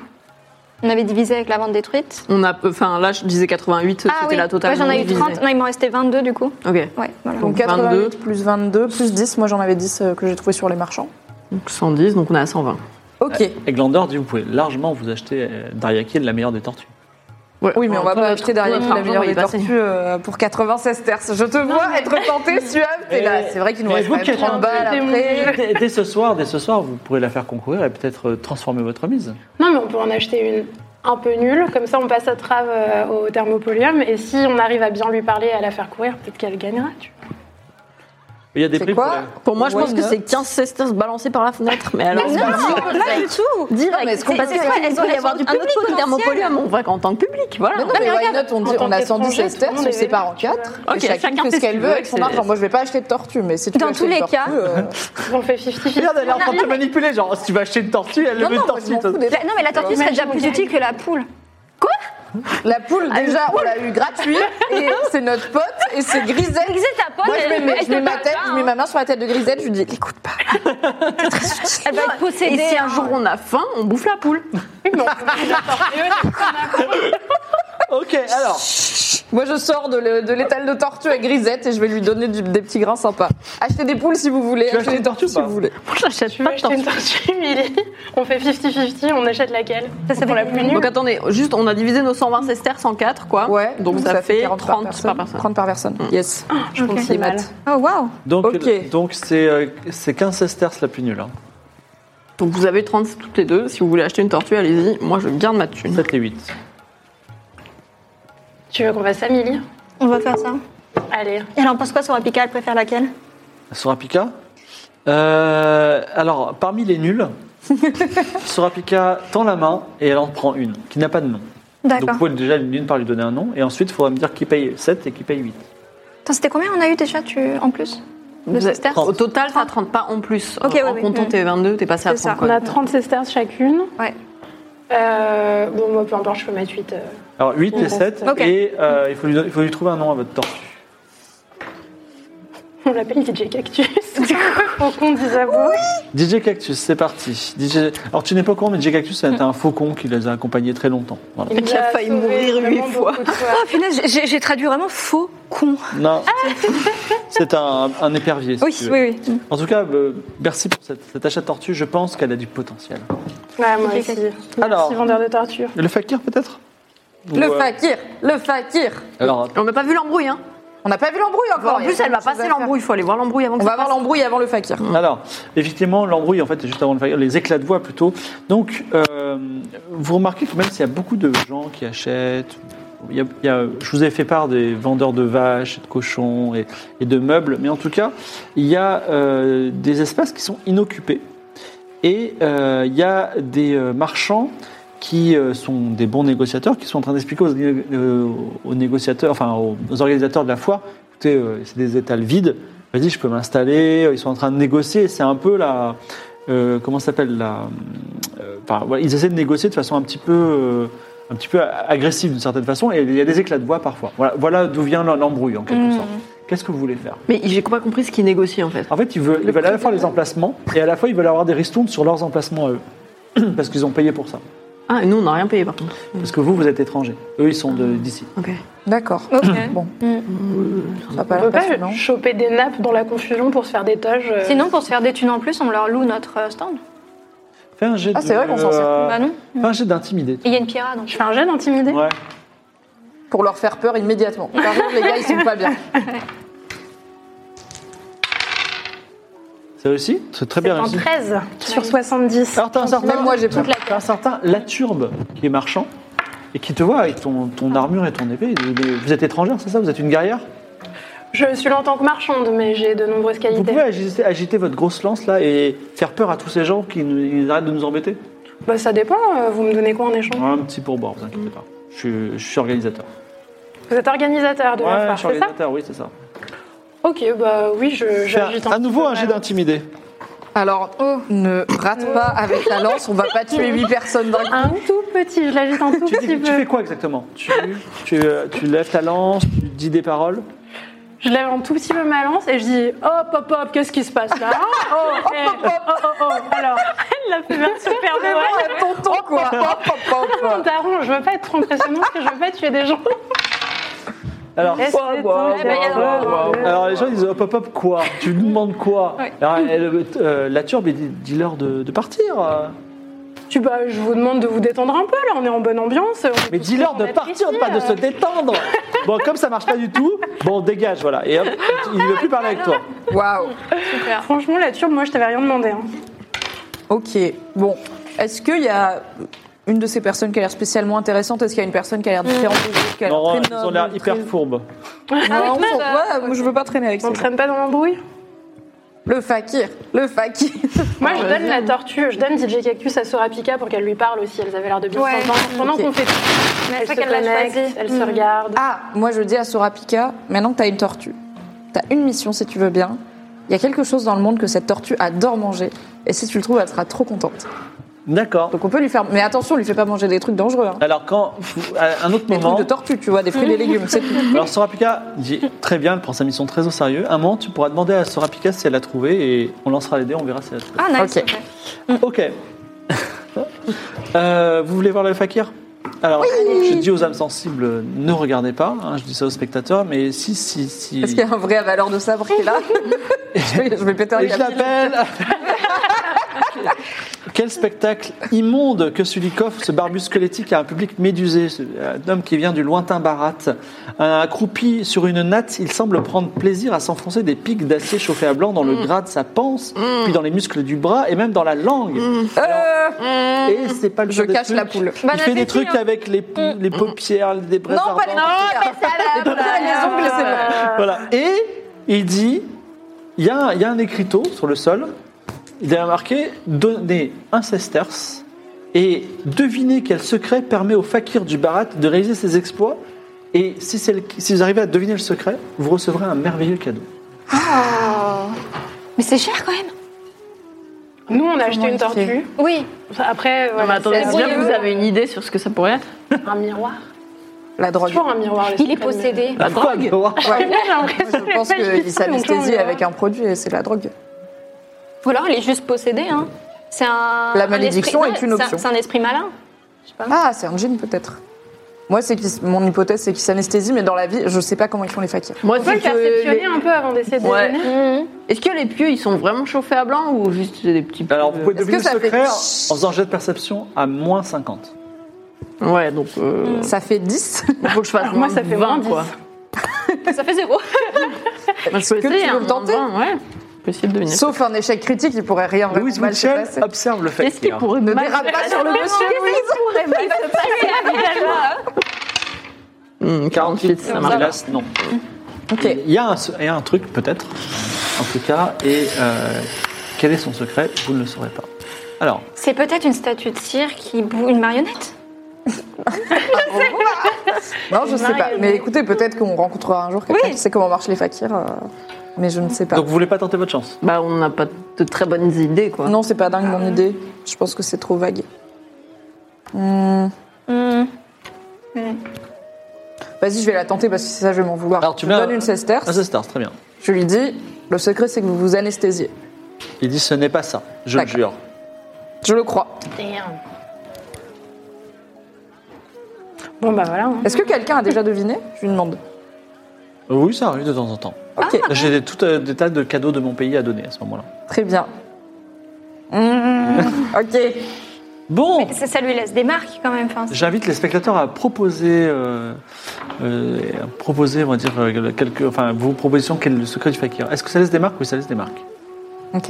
Speaker 3: On avait divisé avec la vente détruite.
Speaker 6: On a, enfin là, je disais 88,
Speaker 3: Ah
Speaker 6: c'était
Speaker 3: oui,
Speaker 6: la totale.
Speaker 3: ouais, j'en ai eu
Speaker 6: divisée.
Speaker 3: 30. Non, il m'en restait 22 du coup.
Speaker 6: Ok,
Speaker 3: Ouais, voilà.
Speaker 5: Donc
Speaker 6: 22.
Speaker 5: 88 plus 22 plus 10, moi j'en avais 10 euh, que j'ai trouvé sur les marchands.
Speaker 6: donc 110, donc on est à 120.
Speaker 5: Ok,
Speaker 2: Et Glandor dit vous pouvez largement vous acheter euh, Daria Kiel, la meilleure des tortues.
Speaker 5: oui, mais on va
Speaker 6: Toi,
Speaker 5: pas
Speaker 6: notre-
Speaker 5: acheter derrière
Speaker 6: notre
Speaker 5: la
Speaker 6: argent
Speaker 5: meilleure
Speaker 6: va y
Speaker 5: des
Speaker 6: passer.
Speaker 5: tortues euh, pour 80 sesterces. Je te vois être tenté, Suave, t'es
Speaker 2: Et-
Speaker 5: là. C'est vrai qu'il nous
Speaker 2: mais
Speaker 5: reste
Speaker 2: vous
Speaker 5: quand même
Speaker 2: qui êtes
Speaker 5: 30 balles
Speaker 4: tenté,
Speaker 5: après.
Speaker 2: dès, *laughs* dès ce soir, dès ce soir, vous pourrez la faire concourir et peut-être euh, transformer votre mise.
Speaker 4: Non, mais on peut en acheter une un peu nulle, comme ça on passe à trave euh, au thermopolium et si on arrive à bien lui parler et à la faire courir, peut-être qu'elle gagnera. Tu vois.
Speaker 2: Il y a des
Speaker 5: C'est
Speaker 2: prix
Speaker 5: quoi
Speaker 2: pour la-
Speaker 6: Pour moi, je
Speaker 5: Why
Speaker 6: pense que
Speaker 5: not
Speaker 6: c'est 15 Cester balancés par la fenêtre. Mais alors,
Speaker 3: Non, pas du tout.
Speaker 6: direct.
Speaker 5: mais est-ce qu'on
Speaker 6: Parce
Speaker 5: peut-
Speaker 6: que
Speaker 3: elles
Speaker 6: il
Speaker 3: sont-
Speaker 6: doit y
Speaker 3: elles
Speaker 6: avoir
Speaker 3: sont
Speaker 6: du
Speaker 3: un
Speaker 6: public
Speaker 3: autre
Speaker 6: au
Speaker 3: potentiel.
Speaker 6: Thermopolium. On va qu'en tant que public, voilà.
Speaker 5: Mais non, mais
Speaker 3: mais
Speaker 5: why
Speaker 3: regarde,
Speaker 5: not, on, dit,
Speaker 4: en tant
Speaker 5: on a 110
Speaker 4: qu'étranger, tout le
Speaker 5: sesterces,
Speaker 4: monde
Speaker 5: on
Speaker 4: est
Speaker 5: sépare en
Speaker 4: venu.
Speaker 5: 4.
Speaker 6: Ok,
Speaker 5: et chacune
Speaker 6: chacun
Speaker 5: fait
Speaker 6: fait
Speaker 5: ce
Speaker 6: ce
Speaker 5: qu'elle
Speaker 6: qu'il
Speaker 5: veut
Speaker 6: veut,
Speaker 5: avec son
Speaker 6: c'est-
Speaker 5: argent. Moi je vais pas acheter de tortue, mais si tu
Speaker 3: Dans
Speaker 5: veux acheter
Speaker 3: tous
Speaker 5: une
Speaker 3: les
Speaker 5: tortue,
Speaker 3: cas-
Speaker 5: euh,
Speaker 4: On fait 50-50.
Speaker 2: Regarde, elle est en train de te manipuler, genre si tu vas acheter une tortue, elle le
Speaker 5: Non,
Speaker 2: met
Speaker 5: non,
Speaker 2: une
Speaker 5: moi, je
Speaker 2: tortue.
Speaker 5: m'en fous des-
Speaker 3: La- non, mais la tortue serait déjà plus utile que la poule.
Speaker 5: La poule, déjà, on l'a eu gratuite, et c'est notre pote, et c'est Grisette.
Speaker 3: Grisette, ta pote,
Speaker 5: Moi, je mets,
Speaker 3: elle-
Speaker 5: mes-
Speaker 3: elle
Speaker 5: je
Speaker 3: te
Speaker 5: mets ma
Speaker 3: parle
Speaker 5: tête,
Speaker 3: pas,
Speaker 5: je mets
Speaker 3: hein.
Speaker 5: ma main sur la tête de Grisette, je lui dis, écoute pas.
Speaker 3: Elle va être
Speaker 6: Et
Speaker 3: possédée.
Speaker 6: si un
Speaker 3: hein.
Speaker 6: jour on a faim, on bouffe la poule.
Speaker 2: Ok, alors,
Speaker 5: Moi, je sors de le- de l'étal de tortue à Grisette et je vais lui donner du- des petits grains sympas. Achetez des poules si vous voulez,
Speaker 2: Tu veux acheter
Speaker 5: achetez des
Speaker 2: une
Speaker 5: tortues
Speaker 2: tortue
Speaker 5: si
Speaker 2: ou pas
Speaker 5: vous voulez.
Speaker 6: Moi, j'achète
Speaker 4: Tu veux
Speaker 6: pas de
Speaker 4: acheter une
Speaker 6: tortue.
Speaker 4: tortue, Milly On fait 50-50, on achète laquelle
Speaker 3: Ça, ça
Speaker 4: Pour
Speaker 3: fait
Speaker 4: la plus nulle.
Speaker 6: Donc attendez, juste on a divisé nos 120 sesterces en 4, quoi.
Speaker 5: Ouais,
Speaker 6: donc, ça, fait
Speaker 5: 40
Speaker 6: 30 par personne.
Speaker 5: 30 par personne, yes.
Speaker 4: Je
Speaker 5: pense que c'est mal.
Speaker 3: Oh, waouh.
Speaker 2: donc
Speaker 5: Ok.
Speaker 2: donc c'est euh, c'est 15 sesterces la plus nulle. hein.
Speaker 6: Donc vous avez 30 toutes les deux. Si vous voulez acheter une tortue, allez-y. Moi, je garde ma thune.
Speaker 2: 7 et 8.
Speaker 4: Tu veux qu'on fasse ça, Milly
Speaker 3: On va faire ça.
Speaker 4: Allez.
Speaker 3: Et elle en pense quoi sur Apika Elle préfère laquelle
Speaker 2: Sorapika Euh, Alors, parmi les
Speaker 5: *laughs*
Speaker 2: nuls, Sorapika tend la main et elle en prend une qui n'a pas de nom. Donc
Speaker 3: D'accord.
Speaker 2: vous pouvez déjà d'une part lui donner un nom et ensuite il faudra me dire qui paye 7 et qui paye 8.
Speaker 3: Attends, c'était combien on a eu déjà tu... en plus Le
Speaker 6: Vous êtes-
Speaker 3: sesterce
Speaker 6: Au total, ça 30 pas en plus.
Speaker 3: Ok,
Speaker 6: en
Speaker 3: oui, oui.
Speaker 6: comptant
Speaker 3: Mm.
Speaker 6: tes 22, t'es passé à 30.
Speaker 3: C'est ça.
Speaker 6: quoi.
Speaker 4: On a 30 sesterces chacune.
Speaker 3: Ouais.
Speaker 4: Euh, bon, moi, peu importe, je peux mettre 8. euh.
Speaker 2: Alors 8 et
Speaker 4: Ok.
Speaker 2: 7
Speaker 3: Ok.
Speaker 2: et euh, il, faut lui, don- il faut lui trouver un nom à votre tortue.
Speaker 4: On l'appelle DJ Cactus. *laughs* Faut qu'on dise à vous.
Speaker 2: DJ Cactus, c'est parti. DJ... Alors tu n'es pas au courant mais DJ Cactus ça a été un faucon qui les a accompagnés très longtemps. Voilà.
Speaker 4: Il
Speaker 6: Qui a failli
Speaker 4: sauvé
Speaker 6: mourir
Speaker 4: vraiment
Speaker 6: huit fois.
Speaker 4: beaucoup de *laughs*
Speaker 3: Oh punaise, j'ai j'ai traduit vraiment faux con.
Speaker 2: Non, c'est un, un épervier. si
Speaker 3: Ah Oui,
Speaker 2: tu veux.
Speaker 3: oui, oui.
Speaker 2: En tout cas, euh, merci pour cette, cette achat de tortue. Je pense qu'elle a du potentiel.
Speaker 4: Ouais, moi
Speaker 3: DJ
Speaker 4: aussi.
Speaker 3: Cactus.
Speaker 4: Merci,
Speaker 2: Alors.
Speaker 4: vendeur de torture.
Speaker 2: Le fakir peut-être Ou,
Speaker 5: Le
Speaker 2: euh,
Speaker 5: fakir, le fakir.
Speaker 2: Alors Ah.
Speaker 6: On n'a pas vu l'embrouille, hein
Speaker 5: On n'a pas vu l'embrouille encore.
Speaker 6: En
Speaker 5: il y a
Speaker 6: plus, elle
Speaker 5: plein de
Speaker 6: va
Speaker 5: choses
Speaker 6: passer
Speaker 5: à faire.
Speaker 6: l'embrouille. Il faut aller voir l'embrouille avant que
Speaker 5: On
Speaker 6: ça
Speaker 5: va voir
Speaker 6: passe.
Speaker 5: l'embrouille avant le fakir.
Speaker 6: Mm.
Speaker 2: Alors, effectivement, l'embrouille, en fait, est juste avant le fire, les éclats de voix plutôt. Donc, euh, vous remarquez que même s'il y a beaucoup de gens qui achètent, il y a- il y a- je vous ai fait part des vendeurs de vaches, de cochons et, et de meubles, mais en tout cas, il y a euh, des espaces qui sont inoccupés et euh, il y a des euh, marchands qui euh, sont des bons négociateurs, qui sont en train d'expliquer aux, né- euh, aux négociateurs, enfin aux, aux organisateurs de la foire, écoutez, euh, c'est des étals vides, vas-y, je peux m'installer, euh, ils sont en train de négocier, c'est un peu la... euh, comment ça s'appelle la... euh, enfin, voilà, ils essaient de négocier de façon un petit peu... euh, un petit peu a- agressive d'une certaine façon, et il y a des éclats de voix parfois. Voilà, voilà d'où vient l'embrouille en quelque
Speaker 5: Mm.
Speaker 2: sorte. Qu'est-ce que vous voulez faire
Speaker 6: Mais j'ai pas compris ce qu'il négocie en fait.
Speaker 2: en fait, ils veulent, ils veulent à la fois les emplacements et à la fois ils veulent avoir des ristournes sur leurs emplacements à eux. *clears throat* Parce qu'ils ont payé pour ça.
Speaker 6: Ah, et nous, on n'a rien payé par contre.
Speaker 2: Parce que vous, vous êtes étrangers. Eux, ils sont de- d'ici.
Speaker 6: Ok.
Speaker 5: D'accord.
Speaker 3: Ok.
Speaker 5: Bon, ça va
Speaker 6: Bah,
Speaker 5: Mm. pas
Speaker 4: On
Speaker 5: l'air
Speaker 4: peut pas
Speaker 5: passionnant.
Speaker 4: choper des nappes dans la confusion pour se faire des toges. euh,
Speaker 3: Sinon, pour se faire des thunes en plus, on leur loue notre euh, stand.
Speaker 2: Fais un jet
Speaker 5: Ah, c'est vrai
Speaker 2: de-
Speaker 5: qu'on s'en sert.
Speaker 2: euh,
Speaker 3: Bah non.
Speaker 2: Fais un jet d'intimider.
Speaker 3: Il y a une pirade.
Speaker 4: Je fais un jet d'intimider.
Speaker 2: Ouais.
Speaker 5: Pour leur faire peur immédiatement. Par contre, les gars, ils sont pas bien.
Speaker 2: C'est réussi C'est très bien
Speaker 4: En
Speaker 2: réussi.
Speaker 4: 13 sur 70.
Speaker 5: Ah.
Speaker 2: Alors, t'as un certain,
Speaker 5: Même moi, j'ai peur.
Speaker 2: t'as un certain Laturbe qui est marchand et qui te voit avec ton, ton armure et ton épée. Il dit, Mais vous êtes étrangère, c'est ça Vous êtes une guerrière
Speaker 4: Je suis longtemps que marchande, mais j'ai de nombreuses
Speaker 2: Vous
Speaker 4: qualités.
Speaker 2: pouvez agiter, agiter votre grosse lance là et faire peur à tous ces gens qui nous- ils arrêtent de nous embêter
Speaker 4: Bah, ça dépend, euh, vous me donnez quoi en échange
Speaker 2: Un petit pourboire, vous inquiétez pas. Je suis, je suis organisateur.
Speaker 4: Vous êtes organisateur de
Speaker 2: ouais, je
Speaker 4: la
Speaker 2: suis
Speaker 4: foire, c'est ça
Speaker 2: organisateur, oui, c'est ça.
Speaker 4: Ok, bah oui, je-
Speaker 2: Fais
Speaker 4: j'agite
Speaker 2: un- à
Speaker 4: petit
Speaker 2: nouveau
Speaker 4: peu
Speaker 2: un
Speaker 4: ma
Speaker 2: jet
Speaker 4: lance.
Speaker 2: d'intimider.
Speaker 5: Alors, ne rate pas avec la lance, on va pas tuer 8 personnes d'un coup.
Speaker 4: Un tout petit,
Speaker 2: *laughs*
Speaker 4: je l'agite un tout
Speaker 2: Tu, dis-
Speaker 4: petit
Speaker 2: tu fais
Speaker 4: peu.
Speaker 2: quoi exactement tu, tu, euh, tu lèves ta lance, tu dis des paroles.
Speaker 4: Je lève un tout petit peu ma lance et je dis Hop, hop, hop, qu'est-ce qui se passe
Speaker 2: *laughs*
Speaker 4: là Oh, eh, oh, oh, oh, Alors, elle l'a fait bien super Noël.
Speaker 5: Ouais, Ah, tonton, quoi. Hop, hop, hop,
Speaker 4: Mon
Speaker 5: hop.
Speaker 4: daron, je veux pas être trop impressionnante parce que je veux pas tuer des gens.
Speaker 2: Alors,
Speaker 4: Laisse les temps,
Speaker 3: bah, y a le
Speaker 4: laisse les
Speaker 3: droit.
Speaker 4: temps.
Speaker 2: alors les gens disent hop hop hop quoi Tu nous demandes quoi
Speaker 3: Ouais.
Speaker 2: Alors, elle, euh, la turbe il dit, dis-leur de, de partir. euh.
Speaker 4: Tu bah, je vous demande de vous détendre un peu là, on est en bonne ambiance. on est
Speaker 2: Mais
Speaker 4: tous
Speaker 2: dis-leur
Speaker 4: contents
Speaker 2: de
Speaker 4: d'être
Speaker 2: partir,
Speaker 4: ici,
Speaker 2: pas de
Speaker 4: euh.
Speaker 2: se détendre. Bon, comme ça marche pas du tout, bon dégage voilà. Et hop, il ne veut plus parler avec toi.
Speaker 5: Waouh.
Speaker 4: Franchement, la turbe, moi je t'avais rien demandé. hein.
Speaker 5: Ok, bon. Est-ce qu'il y a une de ces personnes qui a l'air spécialement intéressante Est-ce qu'il y a une personne qui a l'air différente des autres, qui a l'air
Speaker 2: Non,
Speaker 5: très
Speaker 2: ils ont
Speaker 5: noble,
Speaker 2: l'air hyper
Speaker 5: très-
Speaker 2: fourbes.
Speaker 5: Non, on s'en- ouais, moi, je veux pas traîner avec ça.
Speaker 4: On traîne pas dans l'embrouille
Speaker 5: Le fakir, le fakir.
Speaker 4: Moi, je donne la tortue, je donne DJ Cactus à Sorapika pour qu'elle lui parle aussi. Elles avaient l'air de bien
Speaker 3: Ouais.
Speaker 4: s'entendre. Pendant
Speaker 5: Ok.
Speaker 4: qu'on fait tout,
Speaker 3: Mais
Speaker 4: elles
Speaker 3: c'est
Speaker 4: se
Speaker 3: ça qu'elle l'a
Speaker 4: connectent,
Speaker 3: choisi.
Speaker 4: elles
Speaker 3: Mm.
Speaker 4: se regardent.
Speaker 5: Ah, moi je dis à Sorapika, maintenant que t'as une tortue, t'as une mission si tu veux bien. Il y a quelque chose dans le monde que cette tortue adore manger. Et si tu le trouves, elle sera trop contente.
Speaker 2: D'accord.
Speaker 5: Donc on peut lui faire. Mais attention, on lui fait pas manger des trucs dangereux. Hein.
Speaker 2: Alors quand à un autre
Speaker 5: Des
Speaker 2: moment,
Speaker 5: trucs de tortue, tu vois, des fruits et des légumes, c'est tout.
Speaker 2: Alors Sorapika dit très bien, elle prend sa mission très au sérieux. Un moment, tu pourras demander à Sorapika si elle l'a trouvé et on lancera les dés, on verra si elle l'a trouvé.
Speaker 3: Ah, nice. *laughs*
Speaker 5: Ok.
Speaker 3: ok.
Speaker 2: *laughs* Ok. Euh, vous voulez voir le fakir Alors, je dis aux âmes sensibles, euh, ne regardez pas. hein, je dis ça aux spectateurs, mais si, si, si.
Speaker 5: Est-ce qu'il y a un vrai avaleur de sabre qui
Speaker 2: *laughs*
Speaker 5: est là je, vais, je vais péter un
Speaker 2: Et je
Speaker 5: câble.
Speaker 2: l'appelle. Quel spectacle immonde que Sulikov, ce barbu squelettique à un public médusé, ce- un homme qui vient du lointain Barat. Un- Accroupi sur une natte, il semble prendre plaisir à s'enfoncer des pics d'acier chauffé à blanc dans le gras de sa panse, puis dans les muscles du bras et même dans la langue.
Speaker 5: Euh,
Speaker 2: Et c'est pas le
Speaker 5: Je
Speaker 2: genre de
Speaker 5: cache
Speaker 2: truc.
Speaker 5: la poule.
Speaker 3: Bon
Speaker 2: il fait des
Speaker 3: appétit,
Speaker 2: trucs
Speaker 3: hein.
Speaker 2: avec les, pou- les paupières, les braises
Speaker 5: Non, pas les
Speaker 3: Oh,
Speaker 2: ardentes.
Speaker 5: Les paupières et les ongles, c'est bon.
Speaker 2: Voilà. Et il dit il y, a un- il y a un écriteau sur le sol. Il y a marqué Donnez un sesterce et devinez quel secret permet au fakir du Barat de réaliser ses exploits. Et si, c'est le- si vous arrivez à deviner le secret, vous recevrez un merveilleux cadeau.
Speaker 3: Mais c'est cher quand même.
Speaker 4: Nous, on a acheté une
Speaker 5: il fait
Speaker 4: tortue.
Speaker 3: Oui.
Speaker 4: Après,
Speaker 6: Non,
Speaker 4: voilà,
Speaker 6: mais attendez,
Speaker 4: c'est
Speaker 6: c'est bien que vous
Speaker 3: eux.
Speaker 6: avez une idée sur ce que ça pourrait être.
Speaker 4: un miroir.
Speaker 5: La drogue.
Speaker 4: Toujours un miroir. le
Speaker 3: Il est
Speaker 4: secret de mes-
Speaker 3: possédé.
Speaker 6: La
Speaker 2: Quoi,
Speaker 6: drogue.
Speaker 2: Noah
Speaker 5: Ouais.
Speaker 4: J'ai l'impression que
Speaker 5: Je pense
Speaker 4: les pages qui
Speaker 5: qu'il
Speaker 4: sont autour,
Speaker 5: s'anesthésie
Speaker 4: là.
Speaker 5: avec un produit et c'est la drogue.
Speaker 3: Ou alors, il est juste possédé. Hein. C'est un.
Speaker 5: La
Speaker 3: un
Speaker 5: malédiction
Speaker 3: esprit-
Speaker 5: est une
Speaker 3: c'est un-
Speaker 5: option.
Speaker 3: C'est un esprit malin.
Speaker 5: Ah, c'est un jean peut-être. Moi, c'est qu'il- mon hypothèse, c'est qu'il s'anesthésie, mais dans la vie, je sais pas comment ils font les fakirs.
Speaker 6: Moi,
Speaker 4: On peut
Speaker 6: c'est
Speaker 4: le
Speaker 6: que
Speaker 4: perceptionner
Speaker 6: les-
Speaker 4: un peu avant d'essayer de
Speaker 6: Ouais.
Speaker 4: deviner.
Speaker 3: Mhm.
Speaker 6: Est-ce que les pieux, ils sont vraiment chauffés à blanc ou juste des petits
Speaker 2: Alors vous pouvez
Speaker 5: Est-ce que
Speaker 2: deviner le
Speaker 5: ça fait
Speaker 2: secret en
Speaker 5: tch-
Speaker 2: faisant un jet de perception à moins 50.
Speaker 6: Ouais, donc euh,
Speaker 5: Ça fait 10.
Speaker 6: *laughs* il faut que je fasse Ah,
Speaker 4: Alors, moi,
Speaker 6: moins
Speaker 4: ça fait
Speaker 6: 20,
Speaker 4: moins
Speaker 6: quoi.
Speaker 3: Ça fait zéro.
Speaker 5: Est-ce que tu veux me tenter
Speaker 6: ouais. Possible de venir.
Speaker 5: Sauf un échec critique, il pourrait rien vraiment
Speaker 2: Louise
Speaker 5: mal se
Speaker 2: Mitchell
Speaker 5: passer.
Speaker 2: observe le fait.
Speaker 6: Qu'est-ce qui pourrait
Speaker 5: Ne
Speaker 6: mal-
Speaker 5: dérape pas sur le monsieur, Louise.
Speaker 6: Hmm, 48, ça marche.
Speaker 2: Hélas, non.
Speaker 5: Ok.
Speaker 2: Il y a un, il y a un truc, peut-être, en tout cas, et euh, quel est son secret Vous ne le saurez pas. Alors,
Speaker 3: C'est peut-être une statue de cire qui boue une marionnette
Speaker 5: Non, je sais pas. Mais écoutez, peut-être qu'on rencontrera un jour quelqu'un
Speaker 3: Oui.
Speaker 5: qui sait comment marchent les fakirs. euh, Mais je ne sais pas.
Speaker 2: donc vous voulez pas tenter votre chance
Speaker 6: Bah, on n'a pas de très bonnes idées, quoi.
Speaker 5: Non, c'est pas dingue mon idée. Je pense que c'est trop vague.
Speaker 3: Hmm.
Speaker 5: Vas-y, je vais la tenter parce que c'est ça, je vais m'en vouloir.
Speaker 2: Alors, tu
Speaker 5: je lui
Speaker 2: mets
Speaker 5: donne
Speaker 2: un-
Speaker 5: une sester.
Speaker 2: Ah, c'est Stars, très bien.
Speaker 5: Je lui dis, le secret, c'est que vous vous anesthésiez.
Speaker 2: Il dit ce n'est pas ça, je le
Speaker 5: D'accord.
Speaker 2: jure.
Speaker 5: Je le crois.
Speaker 4: Bon, bah voilà. hein.
Speaker 5: Est-ce que quelqu'un a déjà deviné Je lui demande.
Speaker 2: Oui, ça arrive de temps en temps.
Speaker 5: Ok,
Speaker 2: J'ai des- tout euh, des tas de cadeaux de mon pays à donner à ce moment-là.
Speaker 5: très bien. Mmh, ok.
Speaker 2: Bon,
Speaker 3: Ça, ça lui laisse des marques quand même. Enfin, c'est-
Speaker 2: j'invite les spectateurs à proposer, euh, euh, à proposer, on va dire, euh, quelques, enfin, vos propositions, quel est le secret du fakir Est-ce que ça laisse des marques Oui, ça laisse des marques.
Speaker 5: Ok.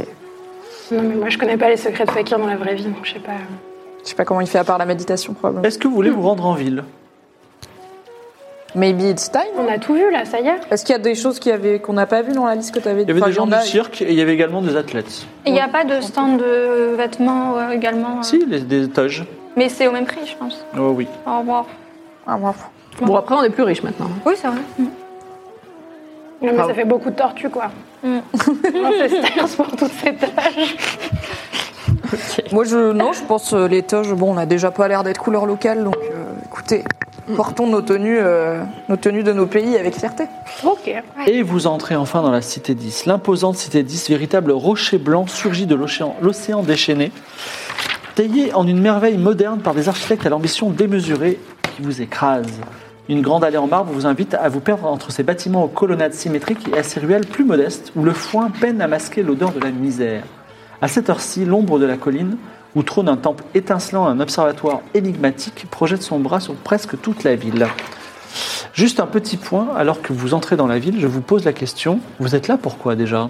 Speaker 4: Non, mais moi, je connais pas les secrets de fakir dans la vraie vie, donc je sais pas.
Speaker 5: Je sais pas comment il fait à part la méditation, probablement.
Speaker 2: Est-ce que vous voulez vous rendre en ville
Speaker 5: Maybe it's time.
Speaker 4: On a tout vu là, ça y est.
Speaker 5: Est-ce qu'il y a des choses qu'il y avait- qu'on n'a pas vues dans la liste que tu avais
Speaker 2: Il y avait des gens du cirque et il y avait également des athlètes.
Speaker 3: Il n'y a pas de stand de vêtements euh, également. euh.
Speaker 2: Si, les- des toges.
Speaker 3: Mais c'est au même prix, je pense.
Speaker 2: Oh oui.
Speaker 3: Au revoir.
Speaker 5: Ah, bravo.
Speaker 6: Bon, après, on est plus riche maintenant.
Speaker 3: Oui, c'est vrai.
Speaker 4: Non, mais
Speaker 6: Ah.
Speaker 4: ça fait beaucoup de tortues, quoi.
Speaker 3: Mm.
Speaker 4: Un sesterce pour toutes ces tâches.
Speaker 5: Moi, je, non, je pense euh, les toges, bon, on n'a déjà pas l'air d'être couleur locale, donc euh, écoutez, portons nos tenues, euh, nos tenues de nos pays avec fierté.
Speaker 4: Ok.
Speaker 2: Et vous entrez enfin dans la cité 10. L'imposante cité 10, véritable rocher blanc, surgit de l'océan l'océan déchaîné, taillé en une merveille moderne par des architectes à l'ambition démesurée qui vous écrase. Une grande allée en marbre vous invite à vous perdre entre ces bâtiments aux colonnades symétriques et à ces ruelles plus modestes où le foin peine à masquer l'odeur de la misère. À cette heure-ci, l'ombre de la colline, où trône un temple étincelant, un observatoire énigmatique, projette son bras sur presque toute la ville. Juste un petit point, alors que vous entrez dans la ville, je vous pose la question, vous êtes là pourquoi déjà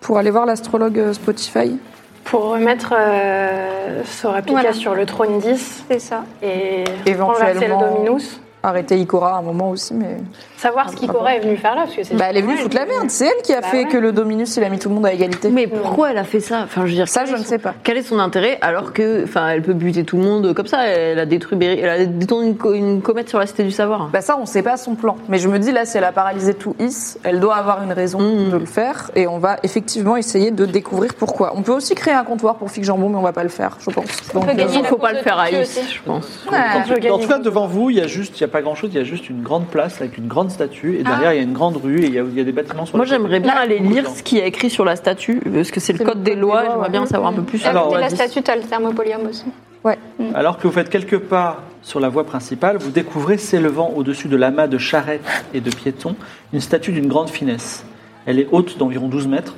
Speaker 5: Pour aller voir l'astrologue euh, Spotify.
Speaker 4: Pour remettre euh, Sorapika
Speaker 3: Voilà.
Speaker 4: sur le trône 10
Speaker 3: C'est ça.
Speaker 4: et
Speaker 5: Éventuellement.
Speaker 4: renverser le Dominus.
Speaker 5: Arrêter Ikora à un moment aussi, mais.
Speaker 4: Savoir ce qu'Ikora est venu faire là, parce que c'est.
Speaker 5: Bah, elle est venue
Speaker 4: Ouais,
Speaker 5: foutre la merde, c'est elle qui a
Speaker 4: Bah
Speaker 5: fait
Speaker 4: ouais.
Speaker 5: que le Dominus, il a mis tout le monde à égalité.
Speaker 6: Mais pourquoi elle a fait ça Enfin, je veux dire,
Speaker 5: Ça,
Speaker 6: quel
Speaker 5: je
Speaker 6: est
Speaker 5: ne
Speaker 6: son-
Speaker 5: sais pas.
Speaker 6: Quel est son intérêt alors que, enfin, elle peut buter tout le monde comme ça Elle a détruit, Berry- elle a détourné une, co- une comète sur la cité du savoir.
Speaker 5: Bah ça, on sait pas son plan. Mais je me dis, là, si elle a paralysé tout Is, elle doit avoir une raison
Speaker 2: Mmh.
Speaker 6: Mhm.
Speaker 5: de le faire. Et on va effectivement essayer de découvrir pourquoi. On peut aussi créer un comptoir pour Fig Jambon, mais on va pas le faire,
Speaker 2: *laughs*
Speaker 5: je pense. Donc,
Speaker 3: peut
Speaker 5: euh,
Speaker 6: Il
Speaker 3: gagner. Et la
Speaker 6: faut
Speaker 3: course
Speaker 6: pas
Speaker 3: de
Speaker 6: le faire à
Speaker 3: tortue
Speaker 6: Alice,
Speaker 3: aussi.
Speaker 6: je pense.
Speaker 5: ouais.
Speaker 4: Je veux gagner
Speaker 2: En tout cas,
Speaker 4: une-
Speaker 2: devant vous, il y a juste, il n'y a pas grand-chose, il y a juste une grande place avec une grande statue, et
Speaker 4: Ah.
Speaker 2: derrière, il y a une grande rue, et il y a, il y a des bâtiments sur
Speaker 6: Moi,
Speaker 2: les côtés.
Speaker 6: j'aimerais bien aller
Speaker 2: Beaucoup de
Speaker 6: lire
Speaker 2: gens.
Speaker 6: ce qu'il y a écrit sur la statue, parce que c'est le
Speaker 5: C'est
Speaker 6: code des lois. J'aimerais bien en savoir un peu plus. sur
Speaker 2: Alors,
Speaker 6: le
Speaker 3: Et
Speaker 6: code
Speaker 3: la
Speaker 6: des-
Speaker 3: statue, t'as le thermopolium aussi. Mm.
Speaker 2: Alors que vous faites quelques pas sur la voie principale, vous découvrez s'élevant au-dessus de l'amas de charrettes et de piétons une statue d'une grande finesse. Elle est haute d'environ 12 mètres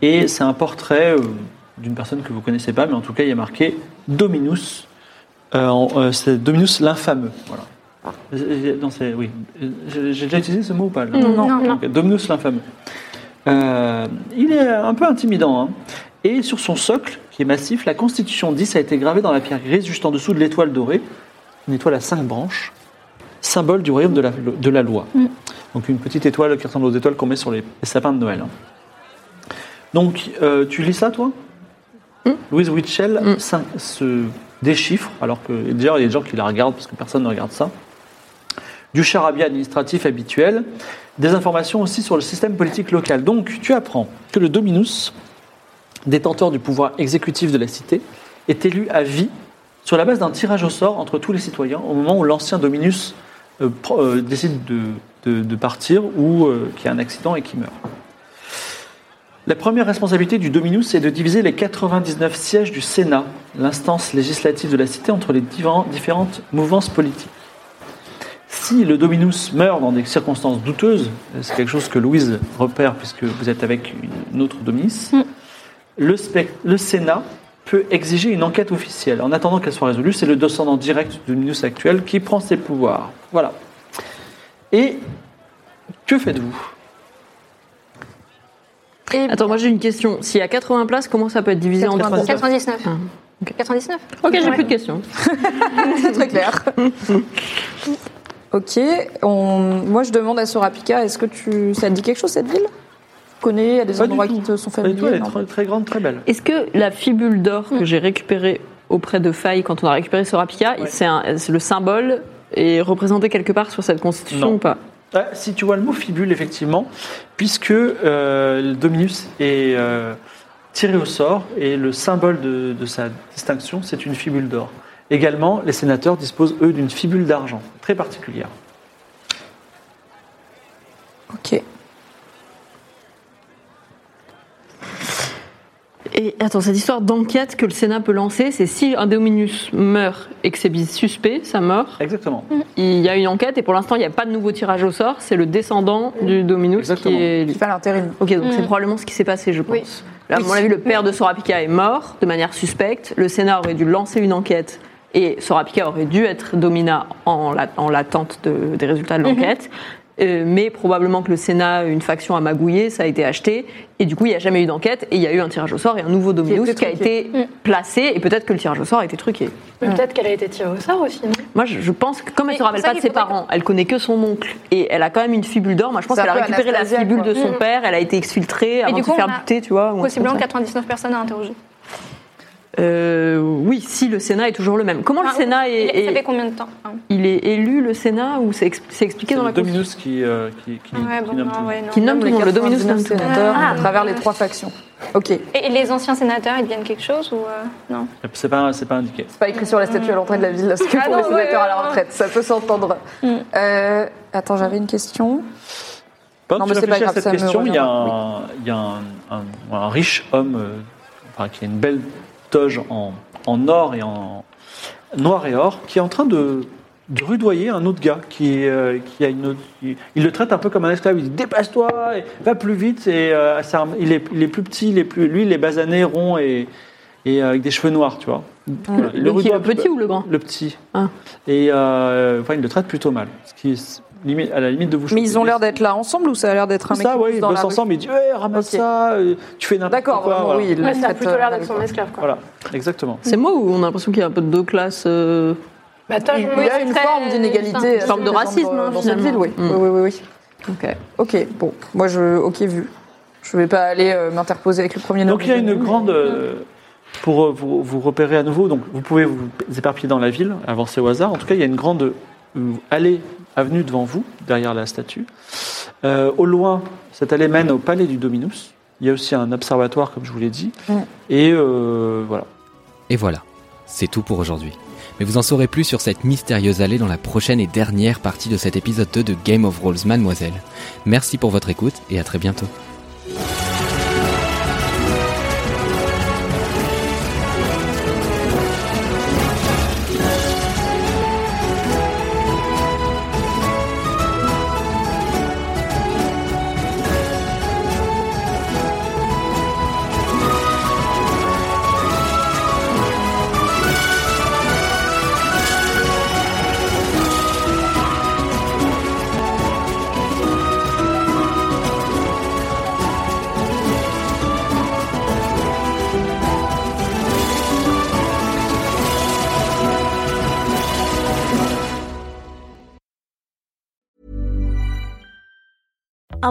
Speaker 2: et c'est un portrait euh, d'une personne que vous connaissez pas, mais en tout cas il y a marqué Dominus. Euh, en- euh, c'est Dominus l'infameux. Voilà. Euh, non, c'est- oui. Euh, J'ai j'ai déjà utilisé ce mot ou pas là
Speaker 3: non.
Speaker 2: Ok, Dominus l'infameux. Euh, il est un peu intimidant. hein. Et sur son socle, qui est massif, la Constitution 10 a été gravée dans la pierre grise juste en dessous de l'étoile dorée, une étoile à cinq branches, symbole du royaume de la, de la loi. Donc une petite étoile qui ressemble aux étoiles qu'on met sur les, les sapins de Noël. hein. Donc euh, tu lis ça, toi Louise Witchell cin- se déchiffre, alors que et déjà il y a des gens qui la regardent parce que personne ne regarde ça du charabia administratif habituel, des informations aussi sur le système politique local. Donc, tu apprends que le Dominus, détenteur du pouvoir exécutif de la cité, est élu à vie sur la base d'un tirage au sort entre tous les citoyens au moment où l'ancien Dominus euh, pro- euh, décide de, de- de partir ou euh, qu'il y a un accident et qu'il meurt. La première responsabilité du Dominus est de diviser les 99 sièges du Sénat, l'instance législative de la cité, entre les divers- différentes mouvances politiques. Si le Dominus meurt dans des circonstances douteuses, c'est quelque chose que Louise repère puisque vous êtes avec une autre Dominus, le, spec- le Sénat peut exiger une enquête officielle. En attendant qu'elle soit résolue, c'est le descendant direct du Dominus actuel qui prend ses pouvoirs. Voilà. Et Que faites-vous
Speaker 3: Et
Speaker 6: Attends, moi j'ai une question. S'il y a 80 places, comment ça peut être divisé en deux
Speaker 3: 99.
Speaker 6: Ah,
Speaker 3: 99
Speaker 6: Ok, j'ai
Speaker 3: Ouais.
Speaker 6: plus de questions.
Speaker 5: C'est très clair. ok, on- moi je demande à Sorapika, est-ce que tu... ça te dit quelque chose cette ville Tu connais, il y a des
Speaker 2: Pas du
Speaker 5: endroits
Speaker 2: tout.
Speaker 5: qui te sont
Speaker 2: Et toi, elle
Speaker 5: familiers
Speaker 2: est
Speaker 5: non
Speaker 2: très, très grande, très belle.
Speaker 6: Est-ce que la fibule d'or que j'ai récupérée auprès de Faye quand on a récupéré Sorapika,
Speaker 2: Ouais.
Speaker 6: c'est un- c'est le symbole et représenté quelque part sur cette constitution
Speaker 2: Non.
Speaker 6: ou pas
Speaker 2: Ah, si tu vois le mot fibule, effectivement, puisque euh, Dominus est euh, tiré au sort et le symbole de, de sa distinction, c'est une fibule d'or. Également, les sénateurs disposent, eux, d'une fibule d'argent, très particulière.
Speaker 5: Ok.
Speaker 6: Et attends, cette histoire d'enquête que le Sénat peut lancer, c'est si un Dominus meurt et que c'est bis- suspect, sa mort,
Speaker 2: Exactement.
Speaker 3: Mmh.
Speaker 6: il y a une enquête et pour l'instant il n'y a pas de nouveau tirage au sort, c'est le descendant du Dominus
Speaker 2: Exactement.
Speaker 6: qui est.
Speaker 5: Il fait à l'intérim.
Speaker 6: Ok, donc
Speaker 3: Mm.
Speaker 6: c'est probablement ce qui s'est passé, je pense.
Speaker 4: Oui.
Speaker 6: Là, à mon avis, le père de Sorapika est mort de manière suspecte. Le Sénat aurait dû lancer une enquête et Sorapika aurait dû être domina en la- en l'attente de- des résultats de l'enquête. Euh, mais probablement que le Sénat, une faction a magouillé, ça a été acheté, et du coup il n'y a jamais eu d'enquête, et il y a eu un tirage au sort et un nouveau Dominus
Speaker 5: été
Speaker 6: qui a
Speaker 5: truqué.
Speaker 6: été placé, et peut-être que le tirage au sort a été truqué.
Speaker 4: Mais
Speaker 5: Mm.
Speaker 4: Peut-être qu'elle a été tirée au sort aussi, non
Speaker 6: Moi je, je pense que comme elle
Speaker 3: Mais
Speaker 6: ne se rappelle
Speaker 3: c'est ça
Speaker 6: pas de
Speaker 3: qu'il
Speaker 6: ses parents, elle connaît que son oncle, et elle a quand même une fibule d'or, moi je pense
Speaker 5: C'est un
Speaker 6: qu'elle a
Speaker 5: peu
Speaker 6: récupéré la
Speaker 5: Anastasia,
Speaker 6: fibule
Speaker 5: quoi.
Speaker 6: de son
Speaker 3: Mhm.
Speaker 6: père, elle a été exfiltrée avant
Speaker 3: du
Speaker 6: de se
Speaker 3: coup,
Speaker 6: faire
Speaker 3: on a
Speaker 6: buter, tu vois. ou un truc comme
Speaker 3: Possiblement
Speaker 6: ça.
Speaker 3: 99 personnes à interroger.
Speaker 6: Euh, oui, si le Sénat est toujours le même. Comment le
Speaker 3: Enfin,
Speaker 6: Sénat est,
Speaker 3: Ah, il- Ça
Speaker 6: est-
Speaker 3: fait combien de temps hein
Speaker 6: il est élu le Sénat ou c'est ex- c'est expliqué
Speaker 2: C'est
Speaker 6: dans la Constitution
Speaker 2: Dominus qui, euh, qui, qui- qui
Speaker 3: Ouais, bon,
Speaker 2: nomme
Speaker 3: non,
Speaker 2: tout le monde.
Speaker 3: ouais, non.
Speaker 6: Qui nomme tout le monde, le Dominus nomme
Speaker 5: 99
Speaker 6: tout le monde.
Speaker 5: sénateurs
Speaker 3: Ah.
Speaker 5: à travers les trois factions. Ok, c'est
Speaker 3: Et et les anciens sénateurs, ils deviennent quelque chose ou euh, non
Speaker 2: C'est pas, c'est pas indiqué.
Speaker 5: pas écrit sur la statue à l'entrée de la ville, parce que
Speaker 3: Ah
Speaker 5: pour
Speaker 3: non,
Speaker 5: les sénateurs
Speaker 3: ouais,
Speaker 5: à la
Speaker 3: ouais, ouais.
Speaker 5: retraite, ça peut s'entendre.
Speaker 3: Mm.
Speaker 5: Euh, attends, j'avais une question.
Speaker 2: Pendant
Speaker 5: Non,
Speaker 2: que tu
Speaker 5: mais c'est pas
Speaker 2: réfléchis à
Speaker 5: grave, ça
Speaker 2: cette
Speaker 5: me
Speaker 2: question, il y a
Speaker 5: revient.
Speaker 2: un, il y a un- un- un riche homme euh, enfin, qui a une belle toge en, en or et en noir et or qui est en train de, de rudoyer un autre gars qui, est, euh, qui a une autre- qui- il le traite un peu comme un esclave. Il dit dépasse-toi, et va plus vite. Et euh, c'est un- il, est, il est plus petit, il est plus, lui il est basané, rond et, et euh, avec des cheveux noirs, tu vois. Voilà, il
Speaker 6: Le, qui,
Speaker 2: rudoie
Speaker 6: le
Speaker 2: un peu.
Speaker 6: petit ou le grand
Speaker 2: Le petit.
Speaker 6: Ah.
Speaker 2: Et euh, enfin, il le traite plutôt mal. Ce qui est limite- à la limite de vous
Speaker 5: Mais ils ont
Speaker 2: choquer.
Speaker 5: l'air d'être là ensemble ou ça a l'air d'être un mec
Speaker 2: Ça,
Speaker 5: qui
Speaker 2: ouais,
Speaker 5: pousse
Speaker 2: ils
Speaker 5: dans la
Speaker 2: bossent
Speaker 5: rue
Speaker 2: ensemble, ils disent ouais, ramasse
Speaker 5: Ok.
Speaker 2: ça, euh, tu fais n'importe quoi.
Speaker 5: D'accord, vraiment,
Speaker 2: voilà.
Speaker 5: oui. ils
Speaker 4: Ouais,
Speaker 5: le
Speaker 4: Ça a
Speaker 5: traitent,
Speaker 4: plutôt l'air d'être
Speaker 5: euh,
Speaker 4: son esclave, quoi.
Speaker 2: Voilà, exactement.
Speaker 6: C'est moi ou on a l'impression qu'il y a un peu de deux classes euh,
Speaker 4: Bah, toi,
Speaker 5: Il
Speaker 4: je-
Speaker 3: Oui,
Speaker 5: y a
Speaker 3: c'est
Speaker 5: une
Speaker 3: très-
Speaker 5: forme d'inégalité,
Speaker 3: une
Speaker 5: euh,
Speaker 6: forme de
Speaker 5: dans-
Speaker 6: racisme, hein,
Speaker 5: dans cette ville,
Speaker 6: finalement.
Speaker 5: oui.
Speaker 6: Mm.
Speaker 5: Oui, oui, oui,
Speaker 6: Ok.
Speaker 5: oui. Ok, bon, moi je, ok vu. Je vais pas aller euh, m'interposer avec le premier nom.
Speaker 2: Donc il y a une grande. euh,
Speaker 5: Hum.
Speaker 2: pour euh, vous, vous repérer à nouveau, donc vous pouvez vous éparpiller dans la ville, avancer au hasard. En tout cas, il y a une grande euh, allée, avenue devant vous, derrière la statue. Euh, au loin, cette allée mène au palais du Dominus. Il y a aussi un observatoire, comme je vous l'ai dit.
Speaker 5: Ouais.
Speaker 2: Et euh, voilà.
Speaker 1: Et voilà, c'est tout pour aujourd'hui. Mais vous en saurez plus sur cette mystérieuse allée dans la prochaine et dernière partie de cet épisode 2 de Game of Rolls, mademoiselle. Merci pour votre écoute et à très bientôt.
Speaker 8: A